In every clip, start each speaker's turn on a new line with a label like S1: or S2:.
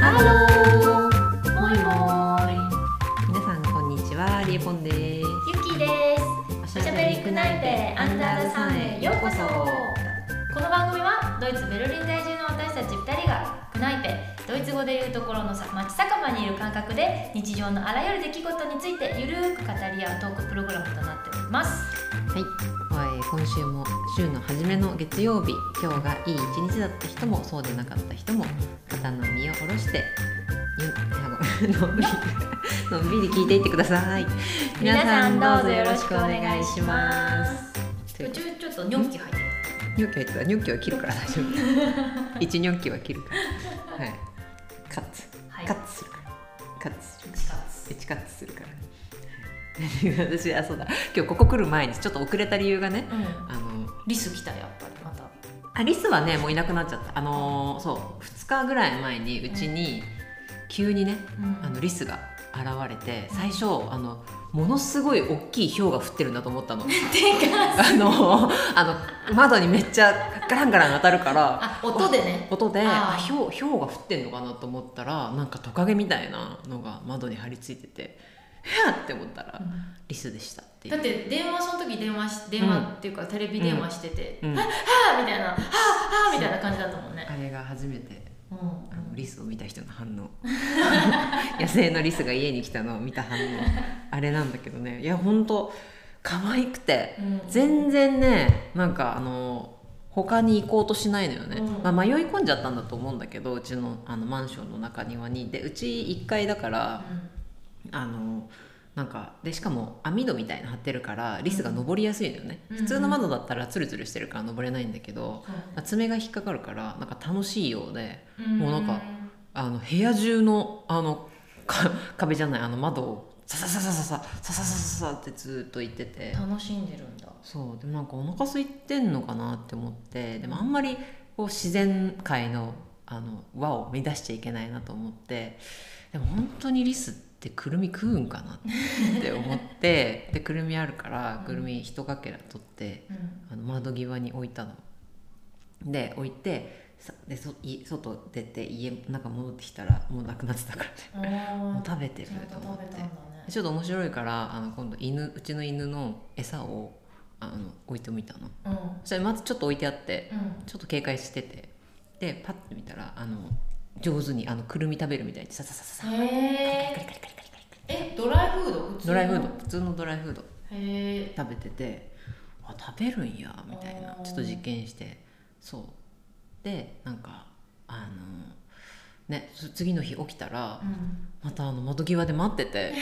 S1: ハロー、もいもい。皆さんこんにちは、リエポンです。
S2: ゆきです。
S1: お
S2: おしゃべりクナイペアンダーザさんへようこそ。この番組はドイツベルリン在住の私たち2人がクナイペドイツ語でいうところのさ街酒場にいる感覚で日常のあらゆる出来事についてゆるーく語り合うトークプログラムとなっております。
S1: はい、今週も週の初めの月曜日、今日がいい一日だった人もそうでなかった人も肩の身を下ろして、ゆあごめん のんびりのんびり聞いていってください。
S2: 皆さんどうぞよろしくお願いします。
S1: とい
S2: 途
S1: うことで
S2: 中ちょっとニョッキ入ってる。
S1: ニョッキは言ってたニョッキは切るから大丈夫。 一ニョッキは切るから。はい。カッツ。
S2: はい。
S1: カッツするから。カッツする。
S2: カッツ
S1: チカッツするから。 私あそうだ今日ここ来る前にちょっと遅れた理由がね
S2: うん。
S1: あの
S2: リス来たやっぱりまた。
S1: アリスはねもういなくなっちゃったあのーそう2日ぐらい前にうちに急にね
S2: うん
S1: あのリスが現れて最初あのものすごい大きい氷が降ってるんだと思 ったの
S2: てか
S1: あのあの窓にめっちゃガランガラン当たるから
S2: あ音でね。
S1: 音で
S2: あー
S1: あひょうひょうが降ってんのかなと思ったらなんかトカゲみたいなのが窓に張り付いてて「へっ!」って思ったらリスでしたってい
S2: だっ
S1: う。
S2: て電話その時電話し電話っていうかテレビ電話してて、
S1: うん、
S2: はあみたいなはあはあみたいな感じだったもんね、
S1: あれが初めて
S2: うん
S1: あの
S2: うん
S1: リスを見た人の反応 野生のリスが家に来たのを見た反応あれなんだけどねいやほんと可愛くて
S2: うん
S1: 全然ねなんかあの他に行こうとしないのよね、
S2: うん
S1: まあ、迷い込んじゃったんだと思うんだけどうちのあのマンションの中庭にでうち1階だから、あのなんかでしかも網戸みたいなの張ってるからリスが登りやすいのよね、
S2: うん
S1: 普通の窓だったらツルツルしてるから登れないんだけど、爪が引っかかるからなんか楽しいようで
S2: うん
S1: もうなんかあの部屋中のあのか壁じゃないあの窓をサササササササササササってずっと行ってて
S2: 楽しんでるんだ
S1: そうでもなんかお腹空いてんのかなって思ってでもあんまりこう自然界のあの輪を乱しちゃいけないなと思ってでも本当にリスってくるみ食うんかなって思って でくるみあるからくるみ一かけら取って
S2: うん
S1: あの窓際に置いたの。で置いてさでそい外出て家の中戻ってきたらもうなくなってたからね
S2: おー
S1: もう食べてる
S2: ちゃん
S1: と
S2: と
S1: 思っ
S2: 食べ
S1: て
S2: たんだね。
S1: ちょっと面白いからあの今度犬うちの犬の餌をあの置いてみたの
S2: うん
S1: それまずちょっと置いてあって
S2: うん
S1: ちょっと警戒しててでパッて見たらあの上手にあのくるみ食べるみたいにさささささ
S2: へええドライフード普通の
S1: ドライフード普通のドライフード
S2: へえ
S1: 食べててあ食べるんやみたいな
S2: あー
S1: ちょっと実験してそうでなんかあのねそ次の日起きたら
S2: うん
S1: またあの窓際で待ってて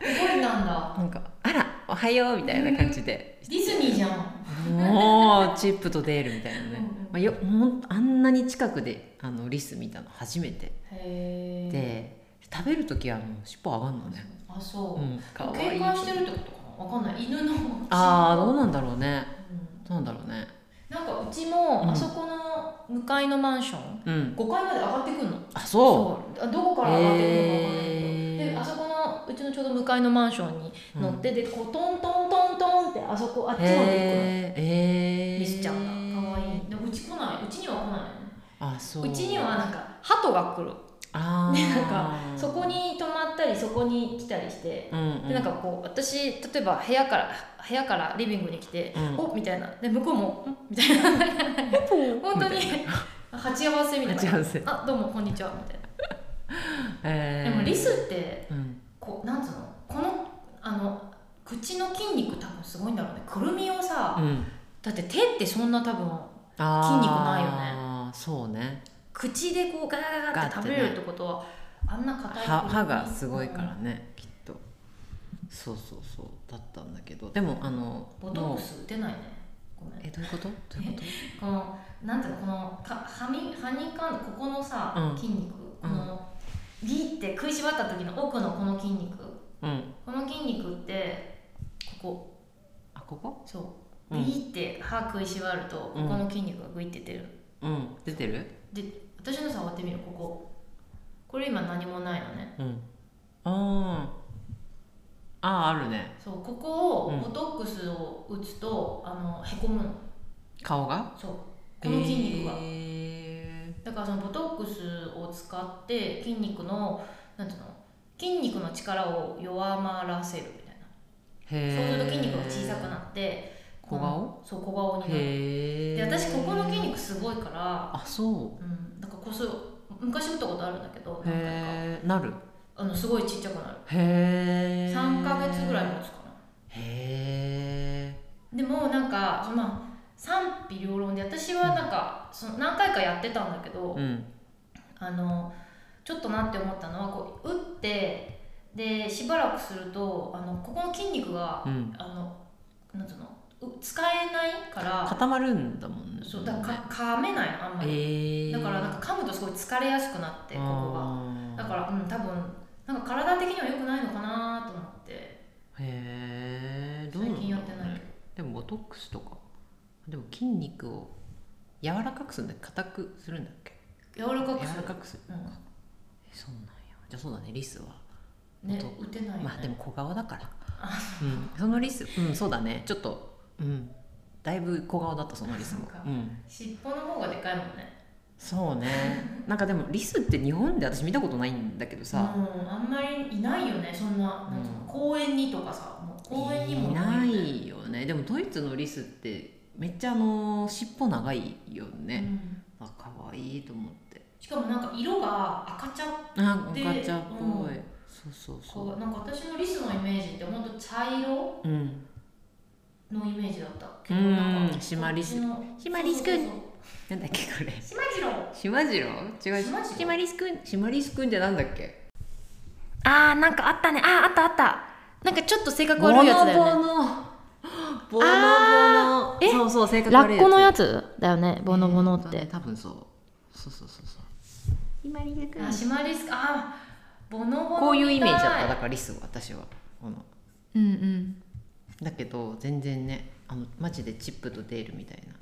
S2: 覚えたんだ
S1: なんか「あらおはよう」みたいな感じで
S2: ディズニーじゃん
S1: もうチップとデールみたいなね
S2: うんうん
S1: まあ、よもうあんなに近くであのリス見たの初めて
S2: へえ
S1: で食べる時はもう尻尾上がんのね、、
S2: あそううん
S1: かわい
S2: 警
S1: い
S2: 戒してるってことかなわかんない犬の
S1: ああどうなんだろうね
S2: うん
S1: どうなんだろうね
S2: なんかうち
S1: うん
S2: もあそこの向かいのマンション
S1: うん
S2: 5階まで上がってくんの
S1: あそう
S2: あどこから上がってくるのかわかんないけど、
S1: へー
S2: であそこのうちのちょうど向かいのマンションに乗って、でこうトントントントンってあそこあっちまで行くの、
S1: へえー、
S2: リスちゃんがかわいいでもうち来ないうちには来な
S1: あそう
S2: いのうちにはなんか鳩が来る
S1: あ
S2: で
S1: ー
S2: なんかそこに泊まったりそこに来たりして
S1: うんうん、
S2: でなんか こう私例えば部屋から部屋からリビングに来て、
S1: うん
S2: おみたいなで向こうもんみたいな本当に
S1: みたい
S2: 鉢合わせみたい
S1: 待ち合
S2: な
S1: わせ
S2: あどうもこんにちはみたいな、
S1: えー、
S2: でもリスって
S1: うん
S2: こうなんつうのこのあの口の筋肉多分すごいんだろうねくるみをさ、
S1: うん、
S2: だって手ってそんな多分
S1: あー
S2: 筋肉ないよ
S1: そうね
S2: 口でこうガラガラガラって食べれるってことは、あんな硬い
S1: 歯歯がすごいからね、きっとそうそうそうだったんだけどでもあの
S2: ボト
S1: も
S2: ッ
S1: う
S2: クス打てないねごめん
S1: えどういうことどういうこと
S2: このなんていうのこのかはみはにかんここのさ、
S1: うん
S2: 筋肉この、ギって食いしばった時の奥のこの筋肉
S1: うん
S2: この筋肉ってこ
S1: あここ
S2: こそうう、
S1: ん
S2: ギって歯食いしばると、
S1: うん
S2: ここの筋肉がグイって出る
S1: うん出てる
S2: で私の触ってみるこここれ今何もないのね
S1: うんあーあーあるね
S2: そうここ
S1: う
S2: を
S1: ん
S2: ボトックスを打つと、あのへこむの
S1: 顔が
S2: そうこの筋肉が、
S1: え
S2: だからそのボトックスを使って筋肉のなんていうの筋肉の力を弱まらせるみたいなそうすると筋肉が小さくなって
S1: 小顔
S2: そう小顔になる
S1: へ
S2: で
S1: え
S2: 私ここの筋肉すごいから、
S1: あそう
S2: うん、なんかこうそう昔打ったことあるんだけど何回か
S1: へえなる
S2: あのすごいちっちゃくなる
S1: へえ
S2: 3ヶ月ぐらい持つか
S1: へ
S2: なでもなんかそのまあ賛否両論で私はなんかその何回かやってたんだけど、
S1: えうん
S2: あのちょっとなって思ったのはこう打ってでしばらくするとあのここの筋肉が
S1: うん
S2: あのなんつうのう使えないから
S1: 固まるんだもんね
S2: そうだからか噛めないのあんまり、
S1: へえ
S2: だからなんか噛むとすごい疲れやすくなってここが
S1: あー
S2: だからうん多分なんか体的には良くないのかなと思って
S1: へえどう
S2: 最
S1: なんだろうね
S2: 近やってないけ
S1: で
S2: ど
S1: もボトックスとかでも筋肉を柔らかくするんだっけ硬くするんだっけ
S2: 柔らかくす
S1: 柔ら
S2: る
S1: かくする
S2: う
S1: えそうなんやじゃあそうだねリスは
S2: んね
S1: ボ
S2: 打てないよね、
S1: まあでも小顔だから
S2: あ、
S1: うん、そのリスうんそうだねちょっとうんだいぶ小顔だったそのリス
S2: そ
S1: も
S2: うか
S1: うん
S2: 尻尾の方がでかいもんね
S1: そうねなんかでもリスって日本で私見たことないんだけどさ、
S2: うん、あんまりいないよねそんななんていうの
S1: うん
S2: 公園にとかさもう公園にも
S1: いな
S2: よね
S1: いよねでもドイツのリスってめっちゃあの尻尾長いよ
S2: う
S1: ね、
S2: ん
S1: あ可愛いと思って
S2: しかもなんか色が赤茶
S1: あ
S2: で
S1: ガチャっぽい、
S2: う
S1: そうそうそ
S2: こうなんか私のリスのイメージってほんと茶色
S1: ううん
S2: のイメージだったけ
S1: うん
S2: なんか
S1: シマリス
S2: こっちの
S1: シマリスくん
S2: そうそう
S1: なんだっけこれ
S2: そうシマジロー
S1: 島次郎違う
S2: シマジロ
S1: 島リスくん島リスくんってなんだっけ
S2: あーなんかあったねあーあったあったなんかちょっと性格
S1: ボノボノ
S2: 悪いやつだよね
S1: ボノボノ
S2: あーえ
S1: そうそう性格
S2: ラ
S1: 悪い
S2: ッコのやつだよねボノボノっ
S1: えー
S2: て
S1: とね多分そうそうそうそうそう島リスく
S2: あシマリスあーボノボノ
S1: こういうイメージだった
S2: だ
S1: だからリスは私はこの
S2: うんうん
S1: だけど全然ねあのマジでチップとデールみたいな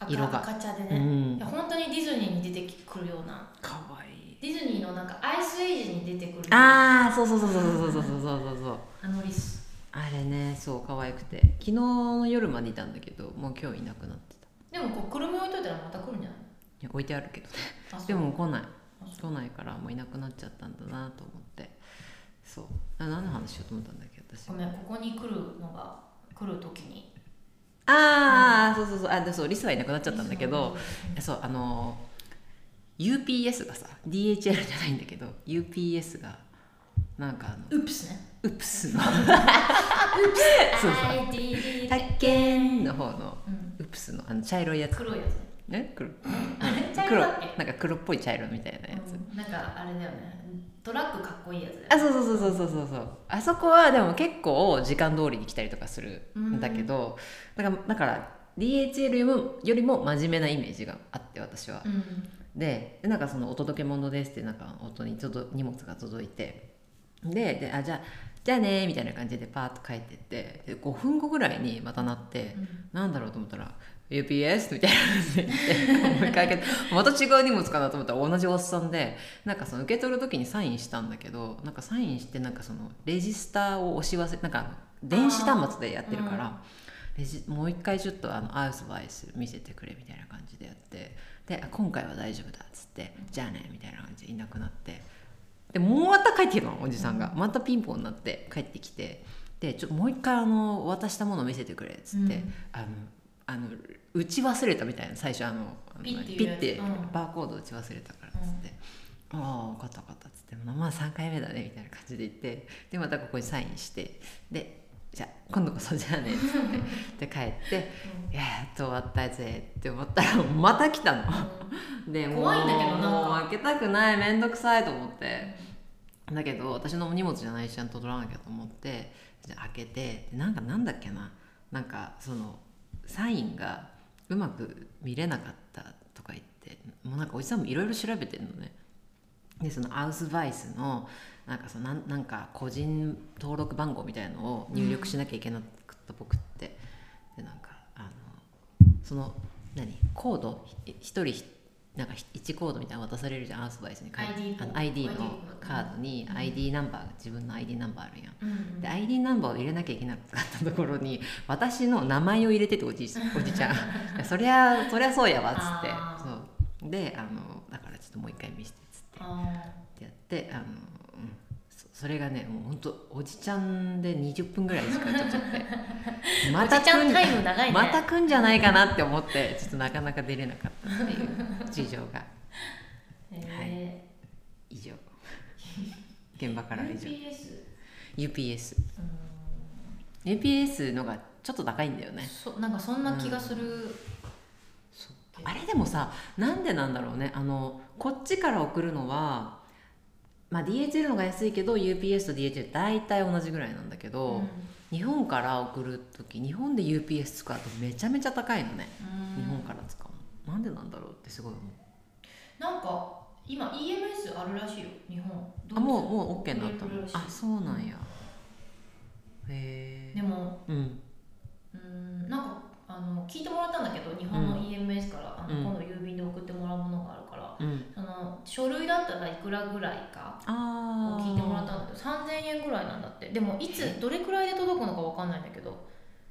S2: 赤
S1: 色が
S2: 赤茶で
S1: う
S2: ね、
S1: ん
S2: いや本当にディズニーに出てくるような
S1: かわいい
S2: ディズニーのなんかアイスエイジに出てくる
S1: ああそうそうそうそうそうそうそうそうそう
S2: あのリス
S1: あれねそう可愛くて昨日の夜までいたんだけどもう今日いなくなってた
S2: でもこう車置いといたらまた来るんじゃない
S1: いや置いてあるけどね
S2: あそう
S1: でも来ない
S2: あそ
S1: 来ないからもういなくなっちゃったんだなと思ってそうあ何の話しようと思ったんだっけ私
S2: ごめんここに来るのが来る時に
S1: ああ、そうそうそうあでそうリスはいなくなっちゃったんだけど
S2: リス
S1: いやそうあの UPS がさ DHL じゃないんだけど UPS がなんかあの
S2: のウップスね
S1: ウップスのそうそう
S2: ID
S1: 宅建の方の
S2: うん
S1: ウップスのあの茶色いやつ
S2: 黒いやつね
S1: ね黒
S2: あれ茶
S1: 黒
S2: 色
S1: な
S2: だ
S1: ん
S2: っけ
S1: か黒っぽい茶色みたいなやつ、
S2: うんなんかあれだよねトラックかっこいいやつだよ
S1: あそうそうそうそうそうそうそうあそこはでも結構時間通りに来たりとかするんだけど、だからだから DHL よりもよりも真面目なイメージがあって私は
S2: う、ん
S1: ででなんかその「お届け物です」ってなんか夫に届荷物が届いてでであじゃあじゃあねーみたいな感じでパーッと帰ってってで5分後ぐらいにまたなって、なんだろうと思ったら「UPS」みたいな感じで言ってもう一回開けてまた違う荷物かなと思ったら同じおっさんでなんかその受け取る時にサインしたんだけどなんかサインしてなんかそのレジスターを押し忘れなんかあの電子端末でやってるから。レジもう一回ちょっとあのアウスバイス見せてくれみたいな感じでやってであ今回は大丈夫だっつってじゃあねみたいな感じでいなくなってでもうまた帰ってきたのおじさんがまたピンポンになって帰ってきてでちょもう一回あの渡したもの見せてくれっつって、
S2: うん
S1: あのあの打ち忘れたみたいな最初あのあの
S2: ピッていう
S1: ピ
S2: や
S1: ッ
S2: つ
S1: て
S2: うん
S1: バーコード打ち忘れたからっつって。ああ分かった分かったっつって「まあまあ3回目だね」みたいな感じで言ってでまたここにサインしてで「じゃあ今度こそじゃあね」っつってで帰って「やっと終わったぜ」って思ったらまた来たの。でもう
S2: 怖いんだけどなんか
S1: もう開けたくない面倒くさいと思ってだけど私の荷物じゃないしちゃんと取らなきゃと思ってじゃあ開けてでなんかなんだっけななんかそのサインがうまく見れなかったとか言ってもうなんかおじさんもいろいろ調べてんのねでそのアウスバイスのなんかそのなんなんか個人登録番号みたいのを入力しなきゃいけなかった僕って、でなんかあのその何コードひ一人ひなんかひ一コードみたいなの渡されるじゃんアウスバイスに書いて
S2: ID
S1: あの
S2: コード
S1: ID の
S2: ID
S1: カードに ID ナンバー自分の ID ナンバーあるやん
S2: うんうん
S1: で ID ナンバーを入れなきゃいけなかったところに私の名前を入れてておじいおじちゃんいやそりゃそりゃそうやわっつ
S2: あ
S1: ってそうであのだからちょっともう一回見せてっつって
S2: あ
S1: ってやってあの、うん、そそれがねもうほんとおじちゃんで20分ぐらいしかちょっとって
S2: ー
S1: ま
S2: おじちゃ
S1: 来
S2: ん
S1: ん
S2: タイム長いね
S1: また来んじゃないかなって思ってちょっとなかなか出れなかったっていう事情が
S2: え
S1: 以上現場か
S2: ー
S1: らは以上
S2: UPS
S1: UPS
S2: う
S1: UPS のがちょっと高いんだよ
S2: ーん
S1: ね
S2: そなんかそんな気がする、
S1: あれでもさなんでなんだろうねあのこっちから送るのは、まあ、DHL のが安いけど UPS と DHL 大体同じぐらいなんだけど、
S2: うん
S1: 日本から送る時日本で UPS 使うとめちゃめちゃ高いのね、
S2: うん
S1: 日本から使うのなんでなんだろうってすごい思う
S2: なんか今 EMS あるらしいよ日本
S1: あもうもう OK
S2: に
S1: にな
S2: なっ
S1: ったた
S2: の
S1: のあそうなんやへえ
S2: でも
S1: うん
S2: うーんなんかあの聞いてもらったんだけど日本の EMS から、あ
S1: うん
S2: の今度郵便で送ってもらうものがあるから、
S1: うん
S2: その書類だったらいくらぐらいか
S1: ああ
S2: 聞いてもらったんだけど3000円ぐらいなんだってでもいつどれくらいで届くのかわかんないんだけど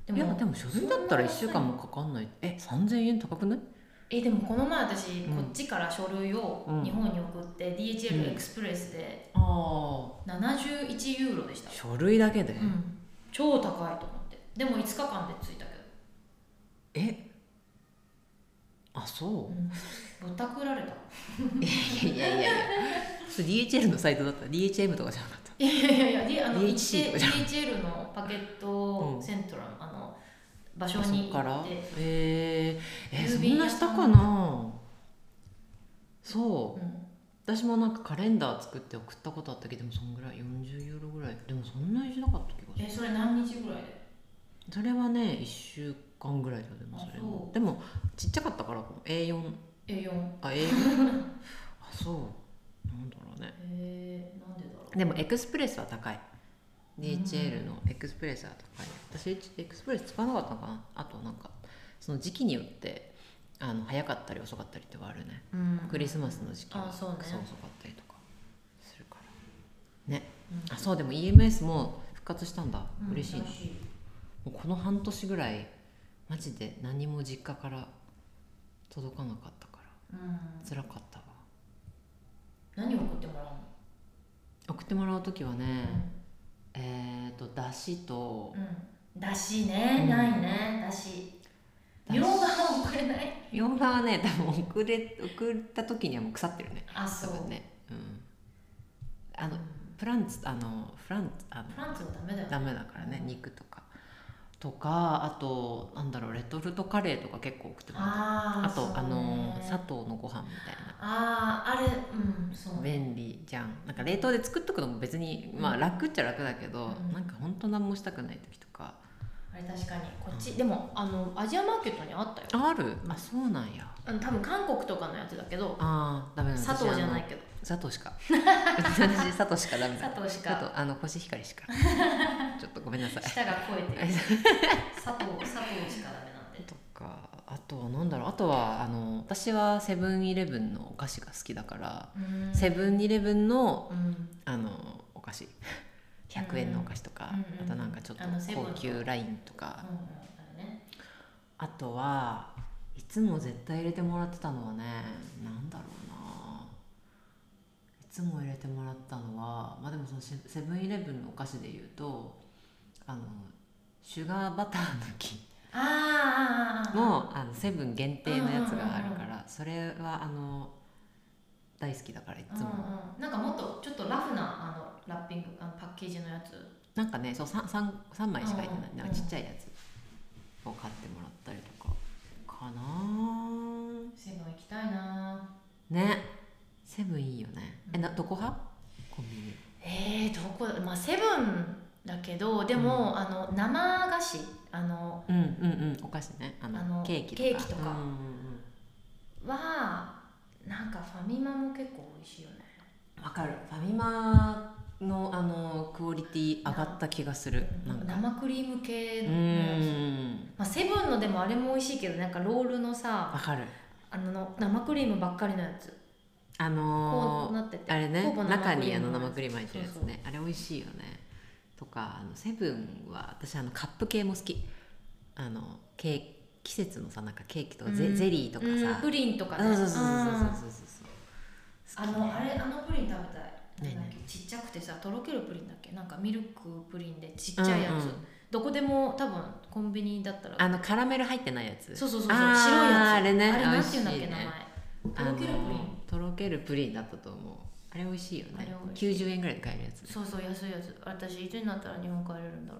S2: で
S1: いやで
S2: も
S1: も書類だったら1週間もかかんないえ3000円高くない
S2: えでもこの前私、
S1: ん
S2: こっちから書類を
S1: うん
S2: 日本に送って、
S1: う
S2: DHL
S1: ん
S2: エクスプレスで
S1: ああ
S2: 71ユーロでした、
S1: 書類だけで、
S2: うん、超高いと思ってでも5日間で着いたけど
S1: えあそう
S2: ぼったくられた
S1: いやいやいやいやそれ DHL のサイトだったら DHM とかじゃなかった
S2: いやいやいやであの
S1: DHC とかじゃん
S2: DHL のパケット
S1: うん
S2: セントラン、あの場所
S1: あそ
S2: に
S1: っか
S2: 行っ
S1: ら
S2: て、
S1: えー、え
S2: 郵
S1: そ
S2: 便
S1: ん
S2: 屋
S1: な
S2: さ
S1: した
S2: ん、
S1: かなそううん私もなんかカレンダー作って送ったことあったけどでもそんぐらい40ユーロぐらいでもそんなにしなかった気がする
S2: えそれ何日ぐらいで
S1: それはね1週間ぐらいだよでも
S2: あ
S1: それ
S2: そ
S1: もでもちっちゃかったから A4
S2: え4
S1: あ A4 あそうなんだろうね
S2: えー、なんでだろう
S1: でもエクスプレスは高い DHL のエクスプレスは高い、私エクスプレス使わなかったのかなあとなんかその時期によってあの早かったり遅かったりってはあるね、
S2: うん
S1: クリスマスの時期
S2: あ
S1: は
S2: そうね
S1: 遅かったりとかするからね、あそうでも EMS も復活したんだ、
S2: うん
S1: 嬉しいな
S2: らい
S1: もうこの半年ぐらいマジで何も実家から届かなかったから
S2: うん、
S1: 辛かったわ
S2: 何送ってもらうの、
S1: 送ってもらう時はね、えっ、とだしと
S2: うん、だしね、
S1: うん
S2: ないねだし
S1: だ
S2: み
S1: し
S2: ょうがは送れない
S1: みょうがはね多分送れ送った時にはもう腐ってるね
S2: あ
S1: 多
S2: そう
S1: 分ねうんあ
S2: う
S1: の
S2: ん
S1: プランツあのフランツあの
S2: フランツはダメだよ
S1: ダメだからね
S2: うん
S1: 肉とかとかあとなんだろうレトルトカレーとか結構送ってもらった
S2: あー
S1: あと、
S2: そうね
S1: あの砂糖のご飯みたいな
S2: あーあれうんそうね
S1: 便利じゃんなんか冷凍で作っとくのも別にまあ楽っちゃ楽だけど、
S2: うん
S1: なんか本当何もしたくない時とか
S2: あれ確かにこっち、でもあのアジアマーケットにあったよ
S1: あるあそうなんや
S2: あの多分韓国とかのやつだけど
S1: あーダメだ
S2: 砂糖じゃないけど
S1: 私あの砂糖しか 私砂糖しかダメだ
S2: 砂糖し
S1: ちょっ
S2: か
S1: とあのコシヒカリしかちょっとごめんなさい
S2: 舌が肥 えてる砂糖砂糖しかダメなんで
S1: とかあとはなんだろうあとはあの私はセブンイレブンのお菓子が好きだから、
S2: うん
S1: セブンイレブンの
S2: うん
S1: あのお菓子100円のお菓子とか、
S2: うん
S1: あとなんかちょっと
S2: あのセブンの
S1: 高級ラインとか、
S2: うんうんあれね
S1: あとはいつも絶対入れてもらってたのはねなんだろうないつも入れてもらったのはまあでもそのセセブンイレブンのお菓子で言うとあのシュガーバターの木
S2: あーあーあーあー
S1: のあのセブン限定のやつがある
S2: うん
S1: か
S2: うん
S1: らそれはあの大好きだからいつも
S2: うんうんなんかもっとちょっとラフなあのラッピングあのパッケージのやつ
S1: なんかねそう 3, 三三枚しか入ってな
S2: うんう
S1: い
S2: ん
S1: なんかちっちゃいやつを買ってもらったりとかかなあ
S2: セブン行きたいな
S1: ねセブンいいよねえな
S2: うん
S1: どこ派コンビニ
S2: えー、どこだまあセブンだけどでも、あの生菓子あの
S1: うんうんうんお菓子ねあの
S2: あの
S1: ケーキとか
S2: ケーキとか
S1: うんうん
S2: はなんかファミマも結構美味しいよね
S1: うんわかるファミマのあのクオリティ上がった気がするなんか
S2: 生クリーム系
S1: う
S2: のやつ
S1: ん
S2: まあ、セブンのでもあれも美味しいけどなんかロールのさ
S1: わかる
S2: あの生クリームばっかりのやつ
S1: あ
S2: こ
S1: の
S2: う
S1: ー
S2: なってて
S1: あれね
S2: ほぼ
S1: 中にあ
S2: 生クリーム
S1: の生クリーム入ってるやつ
S2: そうそ
S1: ねあれ美味しいよねとかあのセブンは私あのカップ系も好きあのケー季節のさなんかケーキとか
S2: うん
S1: ゼ,、ゼリーとか
S2: うん
S1: さ、
S2: プリンとかね
S1: うんそうそうそう
S2: うん
S1: そうそうそう
S2: あ
S1: 好きね
S2: のあれあのプリン食べたい
S1: 何
S2: なんだっけちっちゃくてさとろけるプリンだっけなんかミルクプリンでちっちゃいやつ、
S1: うんうん
S2: どこでも多分コンビニだったら
S1: あのカラメル入ってないやつ
S2: そうそうそうそう白いや
S1: あ
S2: つ
S1: ーあれね
S2: あれなんていうんだっけ、
S1: 美味しいね
S2: 名前とろけるプリン
S1: あのとろけるプリンだったと思うあれ美味しいよ
S2: あれ
S1: ね
S2: 美味し
S1: 90円ぐらいで買えるやつ
S2: そうそう安いやつ私いつになったら日本帰れるんだろ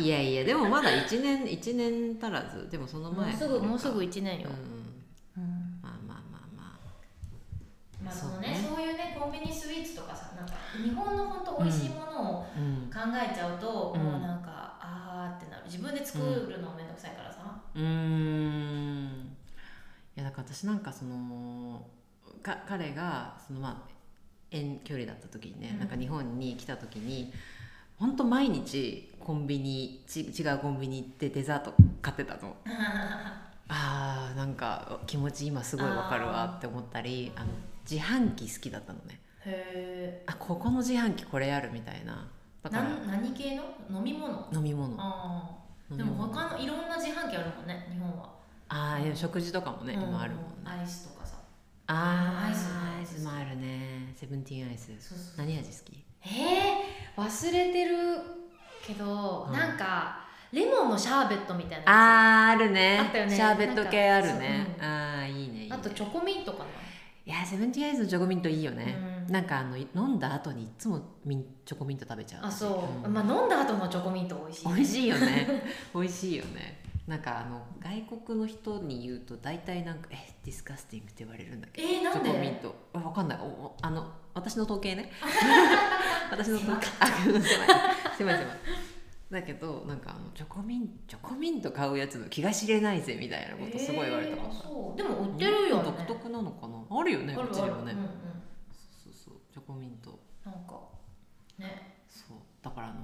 S1: いやいやでもまだ1年1年足らずでもその
S2: うもう
S1: 前
S2: すぐもうすぐ
S1: うん、
S2: 1年よ、うん
S1: まあまあまあまあ
S2: まあその
S1: そう
S2: ね
S1: ね
S2: そういうねコンビニスイーツとかさなんか日本の本当美味しいものを
S1: うん
S2: 考えちゃうと、
S1: うん
S2: もうなんかあーってなる自分で作るのめんどくさいからさ、
S1: うーんいやだから私なんかそのか彼がそのまあ遠距離だった時にね、
S2: うん
S1: なんか日本に来た時に本当毎日コンビニち違うコンビニ行ってデザート買ってた のあーなんか気持ち今すごいわかるわって思ったりあの自販機好きだったのね
S2: へえ
S1: あここの自販機これあるみたいなだから
S2: 何系の飲み物
S1: 飲み物
S2: あー
S1: 飲
S2: で
S1: み
S2: も
S1: 物
S2: 他のいろんな自販機あるもんね日本は、
S1: あーいや食事とかもね、
S2: うん
S1: 今あるもんね
S2: アイスとかさ
S1: あー
S2: アイス
S1: アイスもあるねセブンティーンアイス
S2: そうそう
S1: 何味好き
S2: えー、忘れてるけど、
S1: うん
S2: なんかレモンのシャーベットみたいなやつ
S1: あーあるね
S2: あったよね
S1: シャーベット系あるね
S2: なんかそううん
S1: ああいいねいいね
S2: あとチョコミントかない
S1: やセブンティーンアイスのチョコミントいいよね、
S2: うん
S1: なんかあの飲んだ後にいつもミンチョコミント食べちゃう
S2: あそう、
S1: ん
S2: まあ飲んだ後のチョコミント美味しい
S1: 美味しいよね 美味しいよねなんかあの外国の人に言うと大体なんか「えディスカスティング」って言われるんだけど
S2: えーなん
S1: チ
S2: で
S1: ョコミ ントあわかんないおおあの私の統計ね私の統計あごめん狭い狭い狭いだけどなんかあのチョコミンチョコミント買うやつの気が知れないぜみたいなことすごい言われた
S2: え
S1: か
S2: ー
S1: ら、
S2: そうでも売ってるよね
S1: 日本独特なのかなあるよねこっちにもね、
S2: うんうん、
S1: そうそうそうチョコミント
S2: なんかね
S1: そうだからあの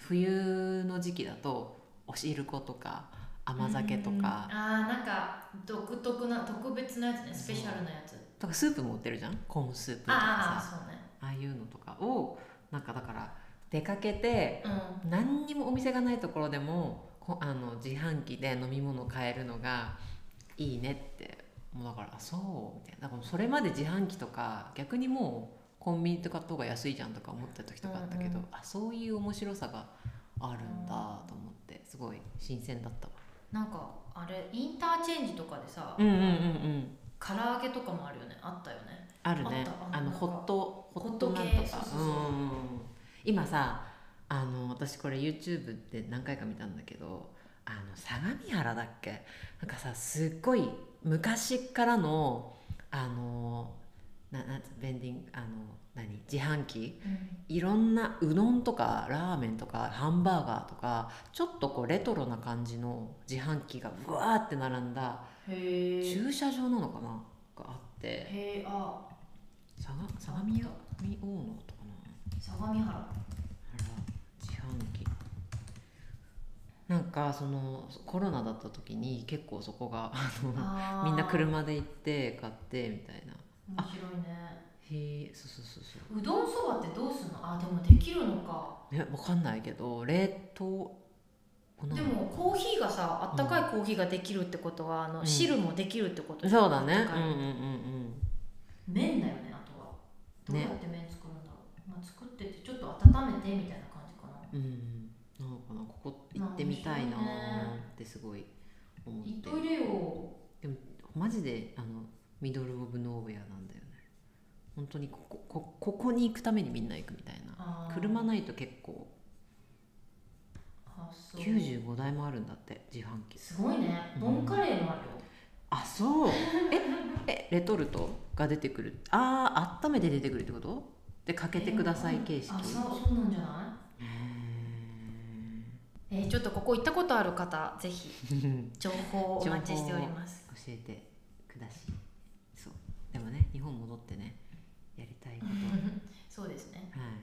S1: 冬の時期だとおしることか甘酒と
S2: うん
S1: か、
S2: あーなんか独特な特別なやつねスペシャルなやつ
S1: とかスープも売ってるじゃんコーンスープとか
S2: ああ
S1: さ
S2: そうね
S1: ああいうのとかをなんかだから出かけて
S2: うん
S1: 何にもお店がないところでもこあの自販機で飲み物を買えるのがいいねってもうだからあそうみたいなだからもうそれまで自販機とか逆にもうコンビニとかの方が安いじゃんとか思った時とかあったけど、
S2: うんうん
S1: あそういう面白さがあるんだと思ってすごい新鮮だったわ
S2: なんかあれインターチェンジとかでさ、
S1: うんうんうんうん
S2: 唐揚げとかもあるよねあったよね
S1: あるね
S2: あった
S1: あ
S2: あ
S1: の
S2: の
S1: ホットホットなん
S2: ホット
S1: と
S2: 系そう
S1: か
S2: そうそう
S1: うんうんうん今さあの私これ YouTube で何回か見たんだけどあの相模原だっけなんかさすっごい昔からのあのななんつベンディングあの何自販機いろんなうどんとかラーメンとかハンバーガーとかちょっとこうレトロな感じの自販機がうわーって並んだ
S2: へえ
S1: 駐車場なのかながあって
S2: へえあ
S1: 相模相模大野とかな
S2: 相模原
S1: あら自販機なんかそのコロナだった時に結構そこが あの
S2: あー
S1: みんな車で行って買ってみたいな
S2: 面白いね
S1: へえそうそうそうそう
S2: うどんそばってどうすんのあでもできるのか
S1: えわかんないけど冷凍粉なの
S2: でもコーヒーがさあったかいコーヒーができるってことは、あ
S1: う
S2: の
S1: ん
S2: 汁もできるってことじゃん
S1: そうだね
S2: あっ
S1: うん
S2: たか
S1: う
S2: い
S1: んうん
S2: 麺だよねあとはどう
S1: ね
S2: やって麺作るんだろう、まあ、作っててちょっと温めてみたいな感じかな
S1: うんうんなのかなここ行ってみたいなーってすごい思っ
S2: 行ってといれよ
S1: マジであのミドル・オブ・ノーウェアなんだよね本当にこここここに行くためにみんな行くみたいな
S2: あー
S1: 車ないと結構
S2: あそう
S1: 95台もあるんだって自販機
S2: すごいねボンカレーもあるよ、
S1: あそう ええレトルトが出てくるああ温めて出てくるってことでかけてください形式
S2: あそうそうなんじゃな
S1: へー
S2: いえーちょっとここ行ったことある方ぜひ
S1: 教
S2: 情報をお待ちしております
S1: えてくだしそうでもね日本戻ってねやりたいこと
S2: そうですね
S1: はい、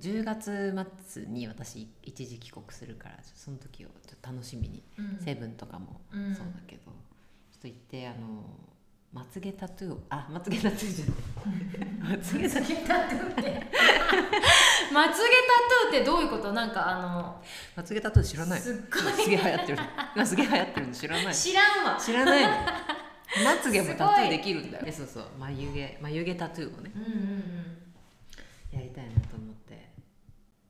S1: 10月末に私一時帰国するからその時をちょっと楽しみに、
S2: うん
S1: セブンとかも
S2: うん
S1: そうだけど、ちょっと行ってあのまつげタトゥーあまつげタトゥーじゃ ないまつげ タトゥー
S2: タトゥーってまつげタトゥーってどういうことなんかあの
S1: まつげタトゥー知らない
S2: すっ
S1: ま
S2: ご
S1: つ
S2: い
S1: げ流行ってるまつげ流行ってるの知ら ない
S2: 知らんわ
S1: 知らないのまつげもタトゥ
S2: すご
S1: ー
S2: い
S1: できるんだよえそうそう眉毛眉毛タトゥーをね
S2: うんうんうん
S1: やりたいなと思って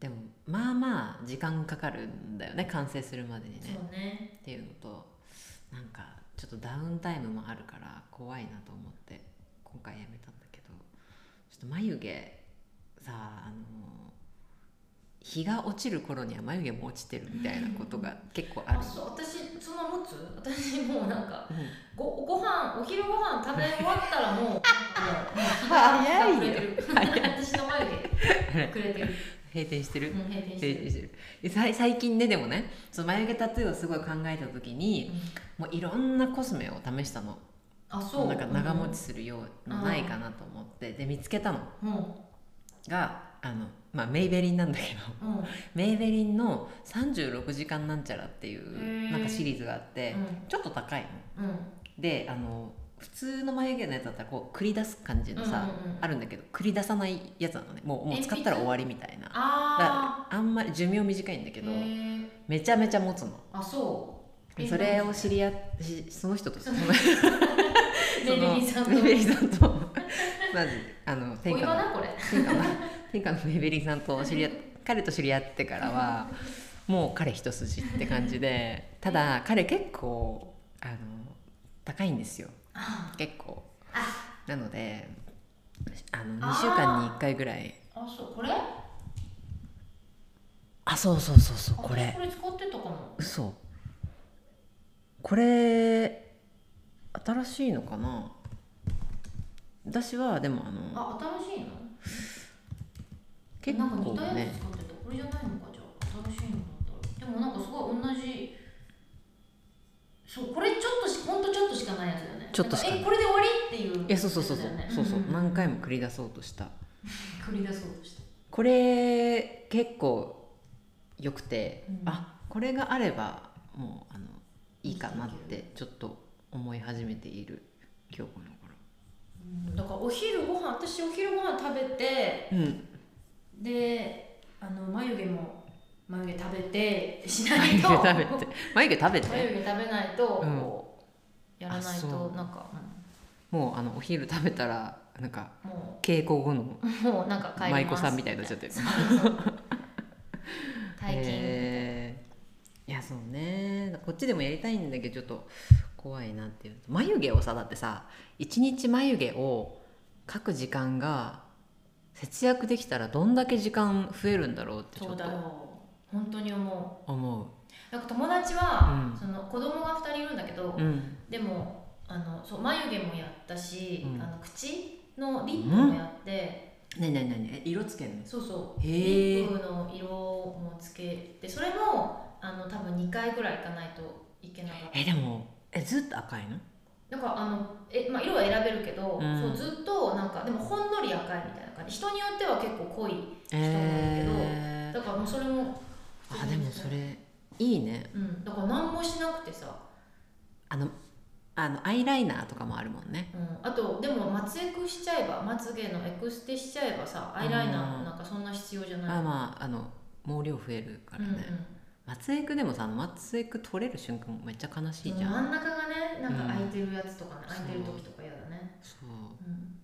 S1: でもまあまあ時間かかるんだよね完成するまでにね
S2: そうね
S1: っていうのとなんかちょっとダウンタイムもあるから怖いなと思って今回やめたんだけどちょっと眉毛さあの日が落ちる頃には眉毛も落ちてるみたいなことが結構あ
S2: あ
S1: る、
S2: そう私その持つ私もうなんか
S1: うん
S2: ごご飯お昼ご飯食べ終わったらもう もうもう
S1: 早いよ
S2: 日が暮れてる私の眉毛くれてる
S1: 閉店してる
S2: もう閉店して
S1: 閉
S2: る
S1: 店してるでさい最近ねでもねその眉毛タトゥーをすごい考えた時にもういろんなコスメを試したの
S2: あそう
S1: なんか長持ちするようなないかなと思ってで見つけたの
S2: うん
S1: があの、まあ、メイベリンなんだけど
S2: うんうん
S1: メイベリンの36時間なんちゃらってい
S2: へ
S1: う
S2: ー
S1: なんかシリーズがあって、ちょっと高いの
S2: うんうん
S1: であの普通の眉毛のやつだったらこう繰り出す感じのさ、
S2: うんうんうん
S1: あるんだけど繰り出さないやつなのねもうもう
S2: 鉛
S1: 使
S2: 筆
S1: ったら終わりみたいなだ
S2: あ
S1: あんまり寿命短いんだ
S2: ー
S1: けど
S2: へー
S1: めちゃめちゃ持つの
S2: あそう
S1: それを
S2: ね
S1: 知り合ってしその人とその
S2: レベリーさんと
S1: メイベリンさんと まずあの
S2: お
S1: 天
S2: 湯
S1: 下
S2: は
S1: の
S2: なこれ
S1: 天下の天下のメイベリンさんと知り合っ彼と知り合ってからはもう彼一筋って感じでただ彼結構あの高いんですよ
S2: あ
S1: 結構
S2: あ
S1: なのであの
S2: あー
S1: 2週間に1回ぐらい
S2: あそうこれ
S1: あそうそうそうそうこ
S2: 私
S1: れ
S2: これ使ってたかも
S1: 嘘これ新しいのかな私はでもあの
S2: あ新しいの
S1: 結
S2: なんか
S1: 構
S2: 似たや
S1: ね
S2: つ使ってたこれじゃないのかじゃあ新しいのだったらでもなんかすごい同じそうこれちょっとしほんとちょっとしかないやつだよね
S1: ちょっとしか
S2: な
S1: なんい
S2: えこれで終わりっていう
S1: いやそうそうそうそう
S2: やつだよね
S1: そうそうん
S2: ん
S1: 何回も繰り出そうとした
S2: 繰り出そうとして
S1: これ結構よくて、
S2: うん
S1: あこれがあればもうあのいいかなってちょっと思い始めている今日この頃
S2: うんだからお昼ご飯私お昼ご飯食べて
S1: うん
S2: であの眉毛も眉毛食べてしない
S1: 眉
S2: と
S1: 毛食べて眉毛食べ
S2: 眉
S1: て
S2: 毛食べないと、
S1: うん
S2: こうやらないと
S1: あそう
S2: なんか、
S1: もうあのお昼食べたらなんか
S2: うんも
S1: 稽古後の
S2: う もうなんか帰りま
S1: 舞妓
S2: す
S1: さんみたいになっちゃって る
S2: 大金、
S1: えーいやそうねこっちでもやりたいんだけどちょっと怖いなっていう眉毛をさだってさ一日眉毛を描く時間が節約できたらどんだけ時間増えるんだろうってちょ
S2: そう
S1: っと
S2: だよ本当に思
S1: 思う
S2: うなんか友達は、
S1: うん
S2: その子供が2人いるんだけど、
S1: うん
S2: でもあのそう眉毛もやったし、
S1: うん
S2: あの口のリップもやって、
S1: なになになにえ色つけるの
S2: そうそう
S1: へ
S2: リ
S1: ー
S2: ップの色もつけてそれもあの多分2回ぐらい行かないといけなかった
S1: えでもえずっと赤いの
S2: なんかあのえ、まあ、色は選べるけど、
S1: うん
S2: そうずっとなんかでもほんのり赤いみたいな感じ人によっては結構濃い
S1: えー
S2: だからもうそれも
S1: あでもそれいいね
S2: うんだから何もしなくてさ、
S1: あのあのアイライナーとかもあるもんね
S2: うん、あとでもまつエクしちゃえばまつげのエクステしちゃえばさアイライナーもなんかそんな必要じゃない
S1: まあまああの毛量増えるから
S2: うん
S1: ね、
S2: うん
S1: 松江区でもさ松江区取れる瞬間めっちゃ悲しいじゃん、
S2: 真ん中がねなんか空いてるやつとかね、空いてる時とか嫌だね、
S1: そう
S2: うん、